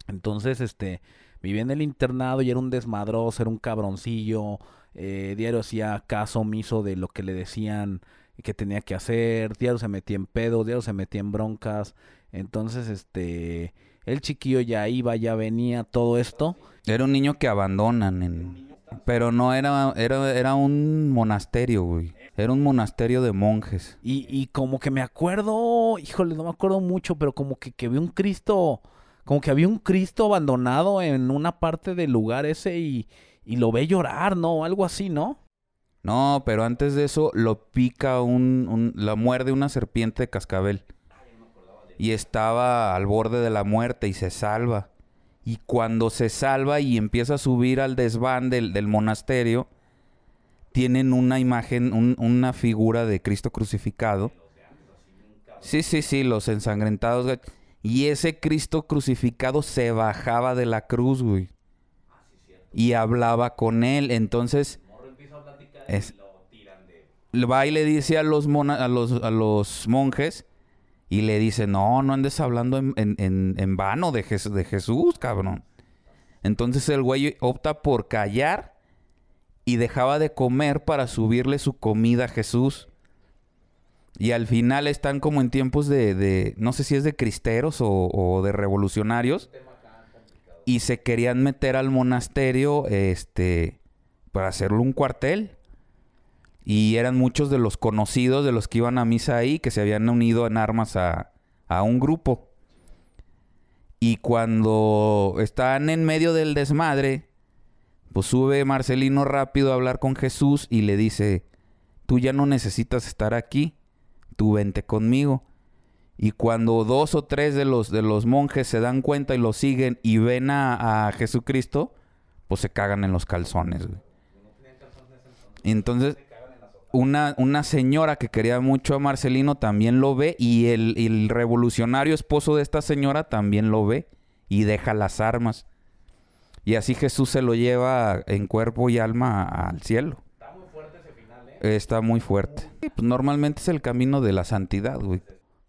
Entonces, este, vivía en el internado y era un desmadroso, era un cabroncillo, eh, diario hacía caso omiso de lo que le decían que tenía que hacer, diario se metía en pedos, diario se metía en broncas. Entonces, este, el chiquillo ya iba, ya venía, todo esto. Era un niño que abandonan en... Pero no era... Era, era un monasterio, güey. Era un monasterio de monjes. Y, y como que me acuerdo, híjole, no me acuerdo mucho, pero como que, que vi un Cristo, como que había un Cristo abandonado en una parte del lugar ese y, y lo ve llorar, ¿no? Algo así, ¿no? No, pero antes de eso lo pica un, un- la muerde una serpiente de cascabel. Y estaba al borde de la muerte y se salva. Y cuando se salva y empieza a subir al desván del, del monasterio, tienen una imagen, un- una figura de Cristo crucificado. Sí, sí, sí, los ensangrentados. güey. Y ese Cristo crucificado se bajaba de la cruz, güey. Y hablaba con él. Entonces, es- va y le dice a los, mona- a los, a los monjes y le dice, no, no andes hablando en, en- en- en vano de, Jes- de Jesús, cabrón. Entonces el güey opta por callar y dejaba de comer para subirle su comida a Jesús. Y al final están como en tiempos de, de- no sé si es de cristeros o, o de revolucionarios. Y se querían meter al monasterio, este, para hacerle un cuartel. Y eran muchos de los conocidos, de los que iban a misa ahí, que se habían unido en armas a, a un grupo. Y cuando están en medio del desmadre, pues sube Marcelino rápido a hablar con Jesús y le dice, tú ya no necesitas estar aquí, tú vente conmigo. Y cuando dos o tres de los, de los monjes se dan cuenta y lo siguen y ven a, a Jesucristo, pues se cagan en los calzones. güey. Entonces, una, una señora que quería mucho a Marcelino también lo ve y el, y el revolucionario esposo de esta señora también lo ve y deja las armas. Y así Jesús se lo lleva en cuerpo y alma a- al cielo. Está muy fuerte ese final, Está muy fuerte. Sí, pues, normalmente es el camino de la santidad, güey.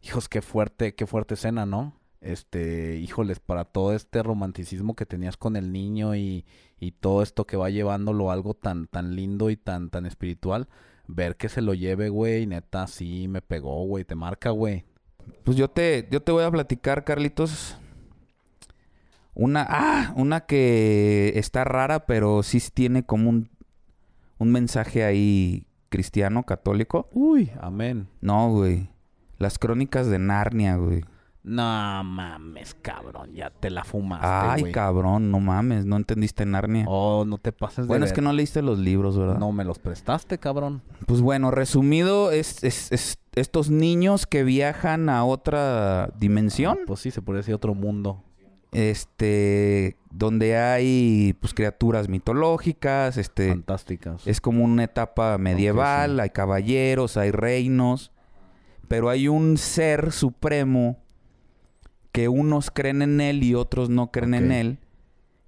Hijos, qué fuerte, qué fuerte escena, ¿no? Este, híjoles, para todo este romanticismo que tenías con el niño y, y todo esto que va llevándolo a algo tan, tan lindo y tan, tan espiritual, ver que se lo lleve, güey, neta, sí, me pegó, güey, te marca, güey. Pues yo te, yo te voy a platicar, Carlitos. Una, ah, una que está rara, pero sí tiene como un, un mensaje ahí cristiano, católico. Uy, amén. No, güey. Las crónicas de Narnia, güey. No mames, cabrón, ya te la fumaste, Ay, Ah, güey. cabrón, no mames, no entendiste Narnia. Oh, no te pases de bueno, es que no leíste los libros, ¿verdad? No me los prestaste, cabrón. Pues bueno, resumido, es, es- es estos niños que viajan a otra dimensión. Pues sí, se puede decir otro mundo. este donde hay pues criaturas mitológicas, este Fantásticas. es como una etapa medieval, hay caballeros, hay reinos, pero hay un ser supremo que unos creen en él y otros no creen en Ok. él,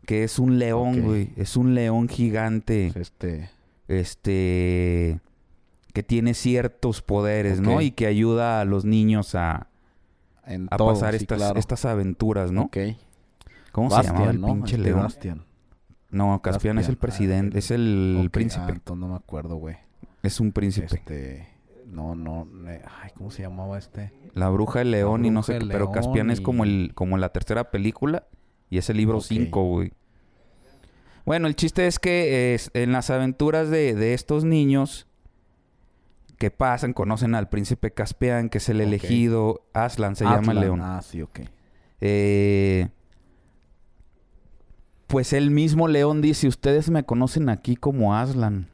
que es un león, Ok. güey, es un león gigante, Este, este que tiene ciertos poderes, ¿no? Ok. Y que ayuda a los niños a, en a todo, pasar sí, estas, claro. estas aventuras, ¿no? Ok. ¿Cómo se llamaba el ¿no? pinche Este, león? Bastian. No, Caspian, es el Caspian. presidente, es el Ok, ah, príncipe. entonces no me acuerdo, güey. Es un príncipe. Este, no, no, ne- ay, ¿cómo se llamaba este? La bruja del león y no sé bruja qué, del pero león Caspian es como y- el como la tercera película y es el libro Ok. 5, güey. Bueno, el chiste es que es, en las aventuras de, de estos niños que pasan, conocen al príncipe Caspian, que es el Ok. elegido, Aslan se llama el Atlan. león. Ah, sí, ok. Eh, pues el mismo León dice, ustedes me conocen aquí como Aslan,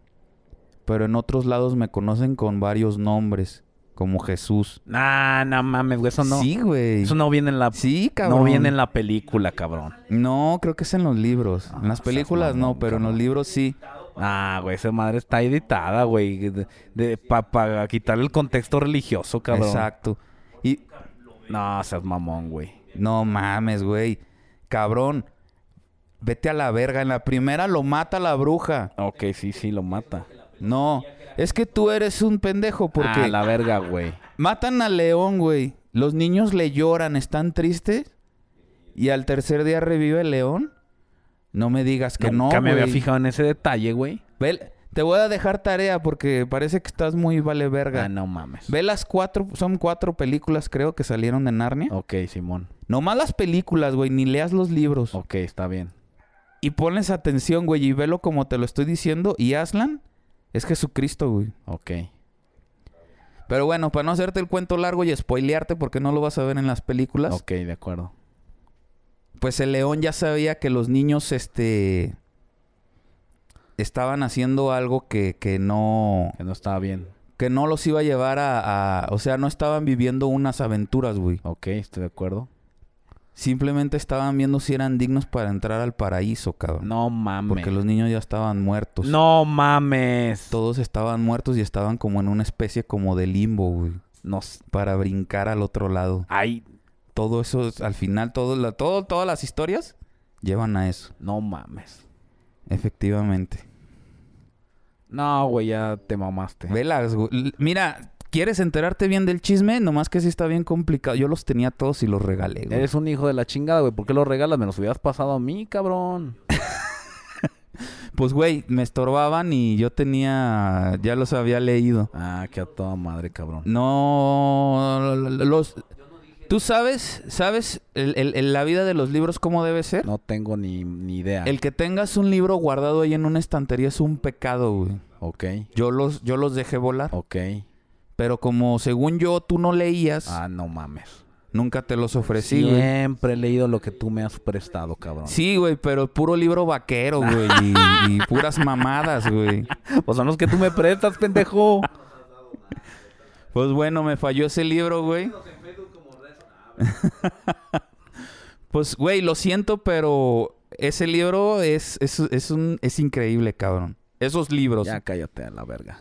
pero en otros lados me conocen con varios nombres, como Jesús. Nah, no mames, güey, eso no. Sí, güey. Eso no viene en la Sí, cabrón. no viene en la película, cabrón. No, creo que es en los libros. Ah, en las seas películas mamón, no, pero en cabrón. los libros sí. Ah, güey, esa madre está editada, güey, de, para quitarle el contexto religioso, cabrón. Exacto. Y No, seas mamón, güey. no mames, güey. Cabrón. Vete a la verga. En la primera lo mata la bruja. Ok, sí, sí, lo mata. No. Es que tú eres un pendejo porque... Ah, la verga, güey. Matan al león, güey. Los niños le lloran, están tristes. Y al tercer día revive el león. No me digas que no. Nunca me había güey. fijado en ese detalle, güey. Ve- te voy a dejar tarea porque parece que estás muy vale verga. Ah, no mames. Ve las cuatro, son cuatro películas creo que salieron de Narnia. Ok, Simón. Nomás las películas, güey, ni leas los libros. Ok, está bien. Y ponles atención, güey, y velo como te lo estoy diciendo. Y Aslan es Jesucristo, güey. Ok. Pero bueno, para no hacerte el cuento largo y spoilearte porque no lo vas a ver en las películas, Ok, de acuerdo. pues el león ya sabía que los niños este estaban haciendo algo que, que no Que no estaba bien. que no los iba a llevar a, a- o sea, no estaban viviendo unas aventuras, güey. Ok, estoy de acuerdo. Simplemente estaban viendo si eran dignos para entrar al paraíso, cabrón. No mames. porque los niños ya estaban muertos. No mames. Todos estaban muertos y estaban como en una especie como de limbo, güey, No. s- para brincar al otro lado. Ay, Todo eso, es- al final, todo, la- todo, todas las historias llevan a eso, no mames. efectivamente. No, güey, ya te mamaste. Velas, güey. L- Mira, ¿quieres enterarte bien del chisme? Nomás que sí está bien complicado. Yo los tenía todos y los regalé, güey. Eres un hijo de la chingada, güey. ¿Por qué lo regalas? Me los hubieras pasado a mí, cabrón. Pues, güey, me estorbaban y yo tenía... Ya los había leído. Ah, que a toda madre, cabrón. No... Los... ¿Tú sabes? ¿Sabes el- el- el- la vida de los libros cómo debe ser? No tengo ni, ni idea. El que tengas un libro guardado ahí en una estantería es un pecado, güey. Ok, Yo los, yo los dejé volar. ok. Pero como según yo tú no leías, Ah, no mames. nunca te los ofrecí, güey. Siempre he leído lo que tú me has prestado, cabrón. Sí, güey, pero puro libro vaquero, güey. y, y puras mamadas, güey. O Pues, son los que tú me prestas, pendejo. Pues bueno, me falló ese libro, güey. pues, güey, lo siento, pero ese libro es, es, es, un, es increíble, cabrón. Esos libros. Ya cállate a la verga.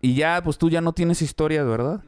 Y ya, pues tú ya no tienes historias, ¿verdad?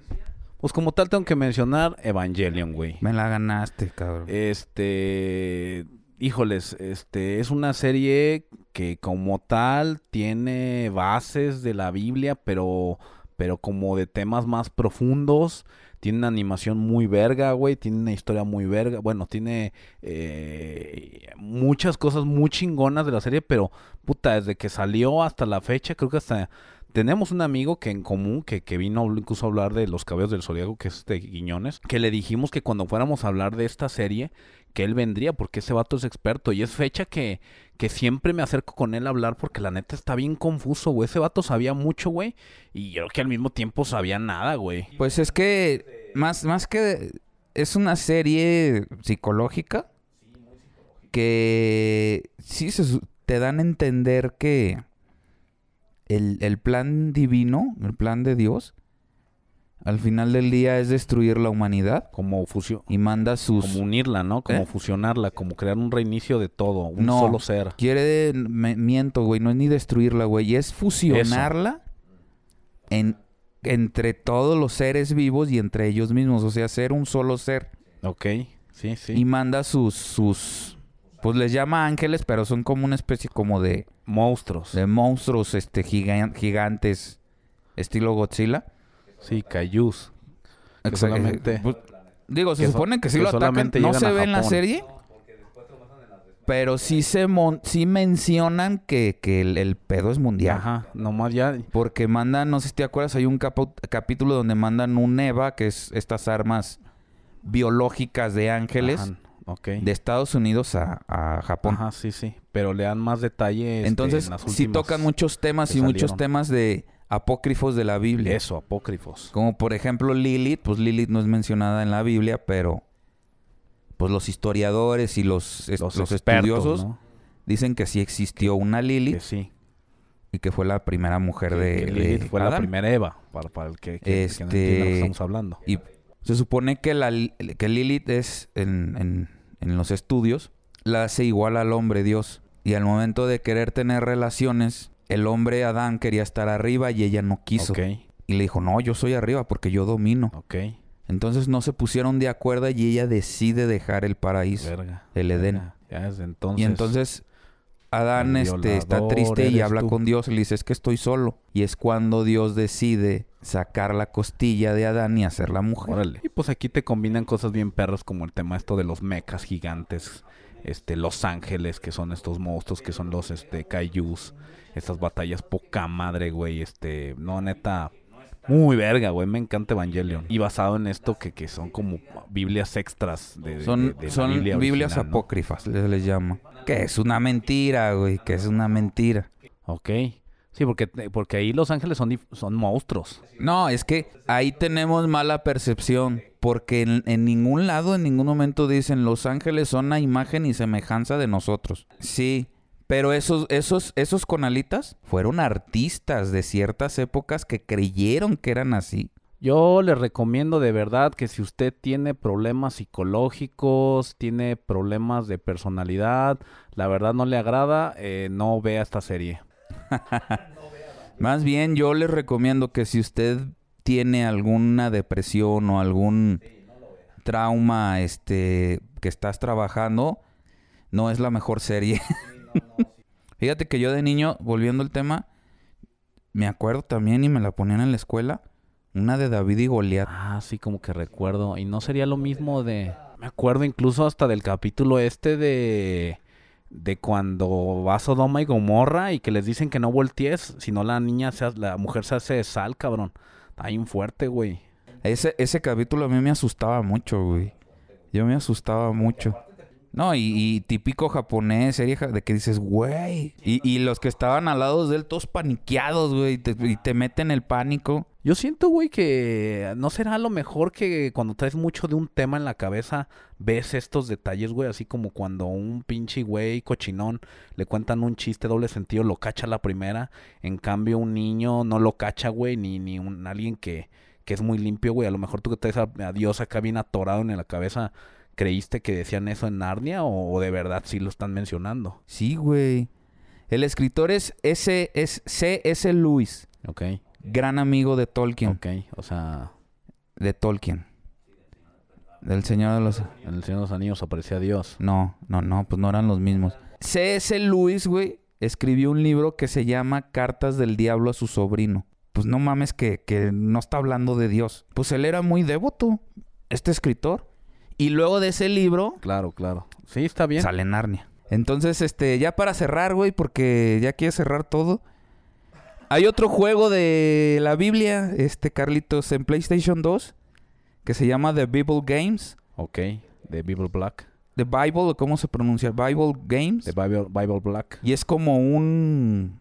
Pues como tal tengo que mencionar Evangelion, güey. Me la ganaste, cabrón. Este, híjoles, este es una serie que como tal tiene bases de la Biblia, pero pero como de temas más profundos. Tiene una animación muy verga, güey. Tiene una historia muy verga. Bueno, tiene eh, muchas cosas muy chingonas de la serie, pero puta, desde que salió hasta la fecha, creo que hasta tenemos un amigo que en común, que, que vino a habl- incluso a hablar de Los Cabellos del Zodiaco, que es este Guiñones, que le dijimos que cuando fuéramos a hablar de esta serie, que él vendría, porque ese vato es experto. Y es fecha que, que siempre me acerco con él a hablar, porque la neta está bien confuso, güey. Ese vato sabía mucho, güey. Y yo creo que al mismo tiempo sabía nada, güey. Pues es que, más, más que. Es una serie psicológica. Que sí se su- te dan a entender que el, el plan divino, el plan de Dios, al final del día es destruir la humanidad Como fusión. y manda sus. Como unirla, ¿no? Como Pues, ¿Eh? fusionarla, como crear un reinicio de todo, un No. solo ser. Quiere. me- miento, güey. No es ni destruirla, güey. Es fusionarla en- entre todos los seres vivos y entre ellos mismos. O sea, ser un solo ser. Ok, sí, sí. y manda sus sus pues les llama ángeles, pero son como una especie como de, Monstruos. de monstruos este gigan- gigantes estilo Godzilla. Sí, Cayús. Que Exa- solamente- eh, pues, digo, se que so- supone que sí que lo atacan, solamente no llegan se a ve en la Japón. serie. Pero sí se mon- sí mencionan que, que el, el pedo es mundial. Ajá, nomás ya. Porque mandan, no sé si te acuerdas, hay un capo- capítulo donde mandan un EVA, que es estas armas biológicas de ángeles Ajá, ok. de Estados Unidos a, a Japón. Ajá, sí, sí. Pero le dan más detalle. este, Entonces, en las sí últimas- tocan muchos temas y que muchos salieron. temas de apócrifos de la Biblia. Eso, apócrifos. Como por ejemplo Lilith, pues Lilith no es mencionada en la Biblia, pero pues los historiadores y los, es- los expertos, estudiosos ¿no? dicen que sí existió una Que Lilith sí. y que fue la primera mujer que- de, que de Lilith fue la Adán. primera Eva, para, para el que, que- que no entienda lo que Este- estamos hablando. Y se supone que, la, li- que Lilith es, en, en- en los estudios, la hace igual al hombre Dios. Y al momento de querer tener relaciones, el hombre Adán quería estar arriba y ella no quiso. Ok, Y le dijo, no, yo soy arriba porque yo domino. ok. Entonces no se pusieron de acuerdo y ella decide dejar el paraíso, Verga. el Edén. Ya, ya desde entonces. y entonces Adán el este, está violador triste y eres habla tú. con Dios y le dice, es que estoy solo. Y es cuando Dios decide sacar la costilla de Adán y hacerla mujer. Órale. Y pues aquí te combinan cosas bien perras como el tema esto de los mecas gigantes, este, los ángeles, que son estos monstruos, que son los este kaijus, estas batallas poca madre, güey, este, no neta. Muy verga, güey, me encanta Evangelion. Y basado en esto que, que son como Biblias extras de, de- de- Son, de la son Biblia Biblias original, ¿no? apócrifas, les, les llama. Que es una mentira, güey, que es una mentira. Ok. Sí, porque, porque ahí Los Ángeles son, dif- son monstruos. No, es que ahí tenemos mala percepción, porque en, en ningún lado, en ningún momento dicen Los Ángeles son la imagen y semejanza de nosotros. Sí, pero esos, esos, esos conalitas fueron artistas de ciertas épocas que creyeron que eran así. Yo les recomiendo de verdad que si usted tiene problemas psicológicos, tiene problemas de personalidad, la verdad no le agrada, eh, no vea esta serie. Más bien, yo les recomiendo que si usted tiene alguna depresión o algún trauma este, que estás trabajando, no es la mejor serie. Fíjate que yo de niño, volviendo al tema, me acuerdo también y me la ponían en la escuela, una de David y Goliat. Ah, sí, como que recuerdo. Y no sería lo mismo de... Me acuerdo incluso hasta del capítulo este de... De cuando va Sodoma y Gomorra y que les dicen que no voltees, sino la niña, se ha- la mujer se hace de sal, cabrón. Está bien fuerte, güey. Ese, ese capítulo a mí me asustaba mucho, güey. Yo me asustaba mucho. No, y, y típico japonés, serie ja- de que dices, güey. Y, y los que estaban al lado de él, todos paniqueados, güey. Y te, y te meten el pánico. Yo siento, güey, que no será lo mejor que cuando traes mucho de un tema en la cabeza, ves estos detalles, güey, así como cuando un pinche güey cochinón le cuentan un chiste doble sentido, lo cacha la primera, en cambio un niño no lo cacha, güey, ni, ni un, alguien que, que es muy limpio, güey, a lo mejor tú que traes a, a Dios acá bien atorado en la cabeza, ¿creíste que decían eso en Narnia o, o de verdad sí lo están mencionando? Sí, güey. El escritor es S. Es C.S. Lewis, Ok, gran amigo de Tolkien. ok, o sea, De Tolkien. Del Señor de los. en el Señor de los Anillos aparecía Dios. No, no, no, pues no eran los mismos. C.S. Lewis, güey, escribió un libro que se llama Cartas del Diablo a su sobrino. Pues no mames que, que no está hablando de Dios. Pues él era muy devoto, este escritor. Y luego de ese libro Claro, claro. Sí, está bien. sale Narnia. Entonces, este, ya para cerrar, güey, porque ya quiere cerrar todo. Hay otro juego de la Biblia, este, Carlitos, en PlayStation 2, que se llama The Bible Games. Ok, de Bible Black. The Bible, ¿o ¿cómo se pronuncia? Bible Games. De Bible, Bible Black. Y es como un...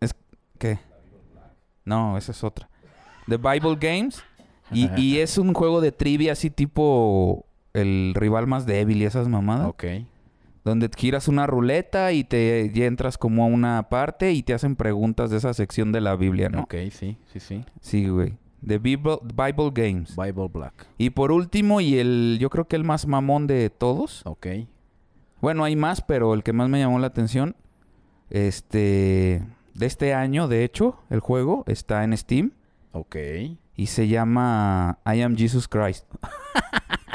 Es... ¿Qué? No, esa es otra. The Bible Games. Y, y es un juego de trivia así tipo el rival más débil y esas mamadas. Ok. Donde giras una ruleta y te y entras como a una parte y te hacen preguntas de esa sección de la Biblia, ¿no? Ok, sí, sí, sí. Sí, güey. The Bible, Bible Games. Bible Black. Y por último, y el, yo creo que el más mamón de todos, Ok. Bueno, hay más, pero el que más me llamó la atención, este, de este año, de hecho, el juego está en Steam Ok. y se llama I Am Jesus Christ,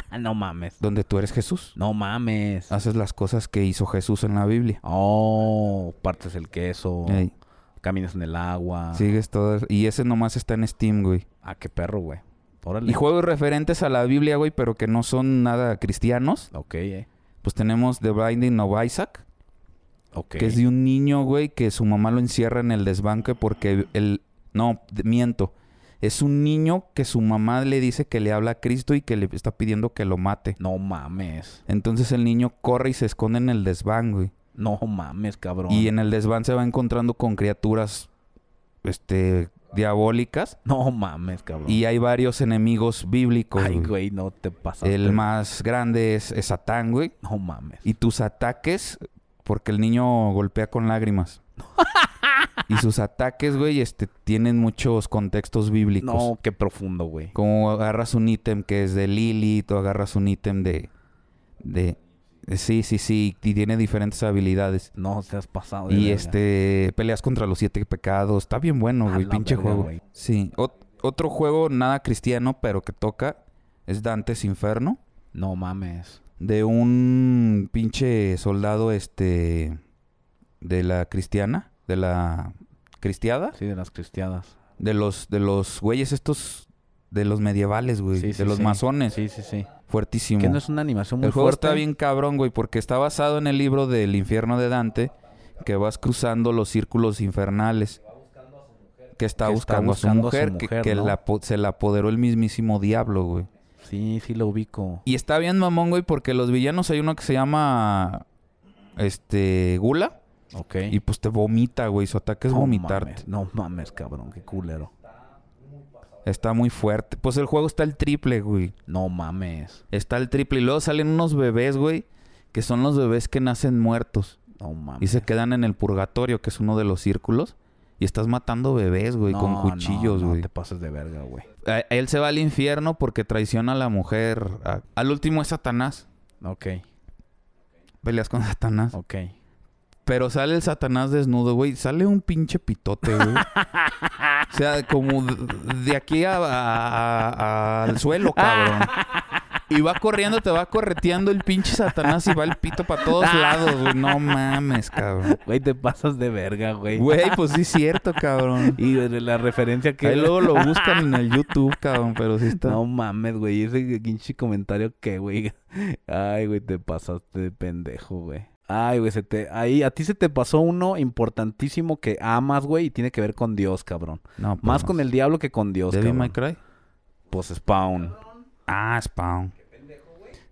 Ah, no mames. donde tú eres Jesús. No mames. Haces las cosas que hizo Jesús en la Biblia. Oh, partes el queso. Ey, Caminas en el agua. sigues todas. Y ese nomás está en Steam, güey. Ah, qué perro, güey. Órale. Y juegos referentes a la Biblia, güey, pero que no son nada cristianos. Ok, eh. Pues tenemos The Binding of Isaac, Ok. que es de un niño, güey, que su mamá lo encierra en el desbanque porque el... No, de- miento. Es un niño que su mamá le dice que le habla a Cristo y que le está pidiendo que lo mate. No mames. Entonces el niño corre y se esconde en el desván, güey. No mames, cabrón. Y en el desván se va encontrando con criaturas, este, diabólicas. No mames, cabrón. Y hay varios enemigos bíblicos. Ay, güey. güey, no te pasaste. El más grande es, es Satán, güey. No mames. Y tus ataques, porque el niño golpea con lágrimas. y sus ataques, güey, este, tienen muchos contextos bíblicos. No, qué profundo, güey. Como agarras un ítem que es de Lilith, o agarras un ítem de, de... Sí, sí, sí, y tiene diferentes habilidades. No, te has pasado. de Y verga. este, peleas contra los siete pecados. Está bien bueno, A güey, la pinche verga, juego. güey. Sí, Ot- otro juego nada cristiano, pero que toca, es Dante's Inferno No mames. de un pinche soldado este de la cristiana, de la cristiada, Sí, de las cristiadas. de los de los güeyes estos de los medievales, güey, Sí, sí, de los sí. masones, Sí, sí, sí. fuertísimo. Que no es una animación muy el juego fuerte. está bien cabrón, güey, porque está basado en el libro del Infierno de Dante, que vas cruzando los círculos infernales. Que está Que está buscando, buscando a su mujer, que, mujer, que ¿no? la po- se la apoderó el mismísimo diablo, güey. Sí, sí lo ubico. Y está bien mamón, güey, porque los villanos hay uno que se llama. Este. Gula. Ok. Y pues te vomita, güey. Su ataque es No vomitarte. mames, no mames, cabrón, qué culero. Está muy fuerte. Pues el juego está el triple, güey. No mames, Está el triple. Y luego salen unos bebés, güey. Que son los bebés que nacen muertos. no mames. Y se quedan en el purgatorio, que es uno de los círculos. Y estás matando bebés, güey, No, con no, cuchillos, no güey. te pases de verga, güey. A- Él se va al infierno porque traiciona a la mujer. A- Al último es Satanás. Ok, Peleas con Satanás. ok. Pero sale el Satanás desnudo, güey. Sale un pinche pitote, güey. o sea, como de de aquí a- a- a- al suelo, cabrón. Y va corriendo, te va correteando el pinche Satanás y va el pito para todos lados, güey. No mames, cabrón. Güey, te pasas de verga, güey. Güey, pues sí es cierto, cabrón. Y de la referencia que... Ahí luego lo buscan en el YouTube, cabrón, pero sí está. No mames, güey. Ese pinche comentario que, güey. Ay, güey, te pasaste de pendejo, güey. Ay, güey, se te... Ahí, a ti se te pasó uno importantísimo que amas, güey, y tiene que ver con Dios, cabrón. No, pues Más no. con el diablo que con Dios, ¿Devil cabrón. May Cry? Pues Spawn. Ah, Spawn.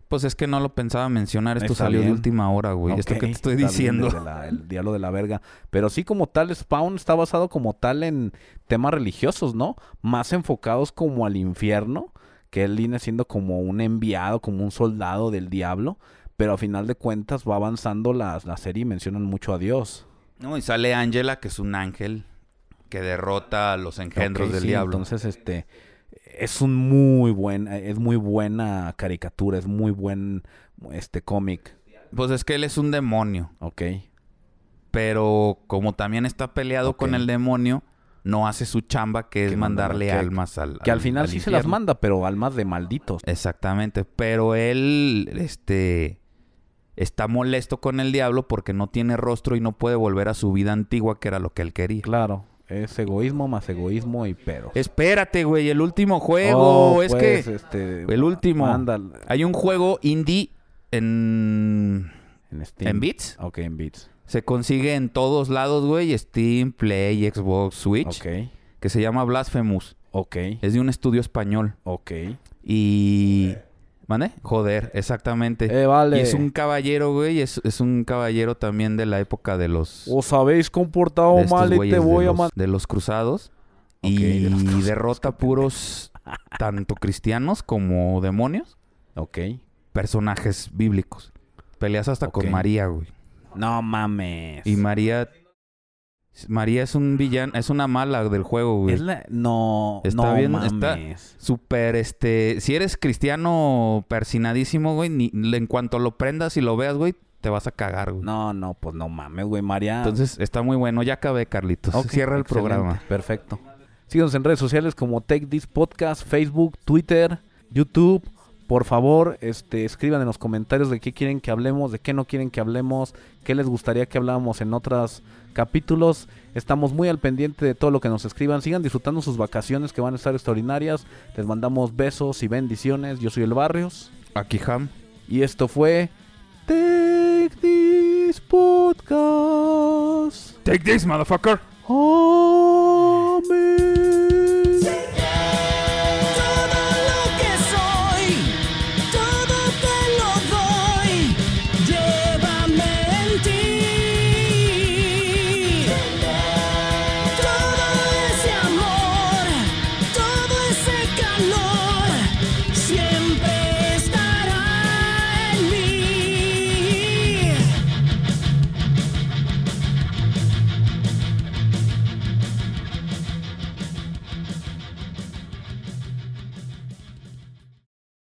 Pues es que no lo pensaba mencionar. Esto Está salió bien. de última hora, güey. Esto Ok, que te estoy está bien, diciendo. el de la- el diablo de la verga. Pero sí, como tal, Spawn está basado como tal en temas religiosos, ¿no? Más enfocados como al infierno, que él viene siendo como un enviado, como un soldado del diablo. Pero a final de cuentas va avanzando la, la serie y mencionan mucho a Dios. No, y sale Angela, que es un ángel que derrota a los engendros Ok, del sí, diablo. Entonces, este. Es un muy buen, es muy buena caricatura, es muy buen este cómic. Pues es que él es un demonio. Ok. Pero como también está peleado Ok. con el demonio, no hace su chamba, que es Que manda- mandarle que- almas al. Que al final sí se las infierno. manda, pero almas de malditos. Exactamente. Pero él, este. Está molesto con el diablo porque no tiene rostro y no puede volver a su vida antigua, que era lo que él quería. Claro, es egoísmo más egoísmo y Oh, pero. Espérate, güey, el último juego. es pues, que este, el último. Ándale. hay un juego indie en, En Steam. en Beats. Ok, en Beats. Se consigue en todos lados, güey. Steam, Play, Xbox, Switch. Ok. Que se llama Blasphemous. Ok. Es de un estudio español. Ok. Y... ¿Mande? Joder, exactamente. Eh, vale. Y es un caballero, güey. Es, es un caballero también de la época de los... Os habéis comportado de estos mal y güeyes te de voy a los- matar. De los cruzados. Ok, y de los cruzados, derrota puros, tanto cristianos como demonios, Ok. personajes bíblicos. Peleas hasta Ok. con María, güey. No mames. Y María... María es un villano, es una mala del juego, güey. Es la- No, Está no bien, mames. Super, este, si eres cristiano persinadísimo, güey, ni- en cuanto lo prendas y lo veas, güey, te vas a cagar, güey. No, no, pues no mames, güey, María. Entonces, está muy bueno. Ya acabé, Carlitos. Ok, Cierra el excelente, programa. Perfecto. Síganos en redes sociales como Tech This Podcast, Facebook, Twitter, YouTube. Por favor, este, escriban en los comentarios de qué quieren que hablemos, de qué no quieren que hablemos, qué les gustaría que habláramos en otros capítulos. Estamos muy al pendiente de todo lo que nos escriban. Sigan disfrutando sus vacaciones que van a estar extraordinarias. Les mandamos besos y bendiciones. Yo soy el Barrios. Aquí, Ham. Y esto fue Tech This Podcast. Take this, motherfucker. Amen.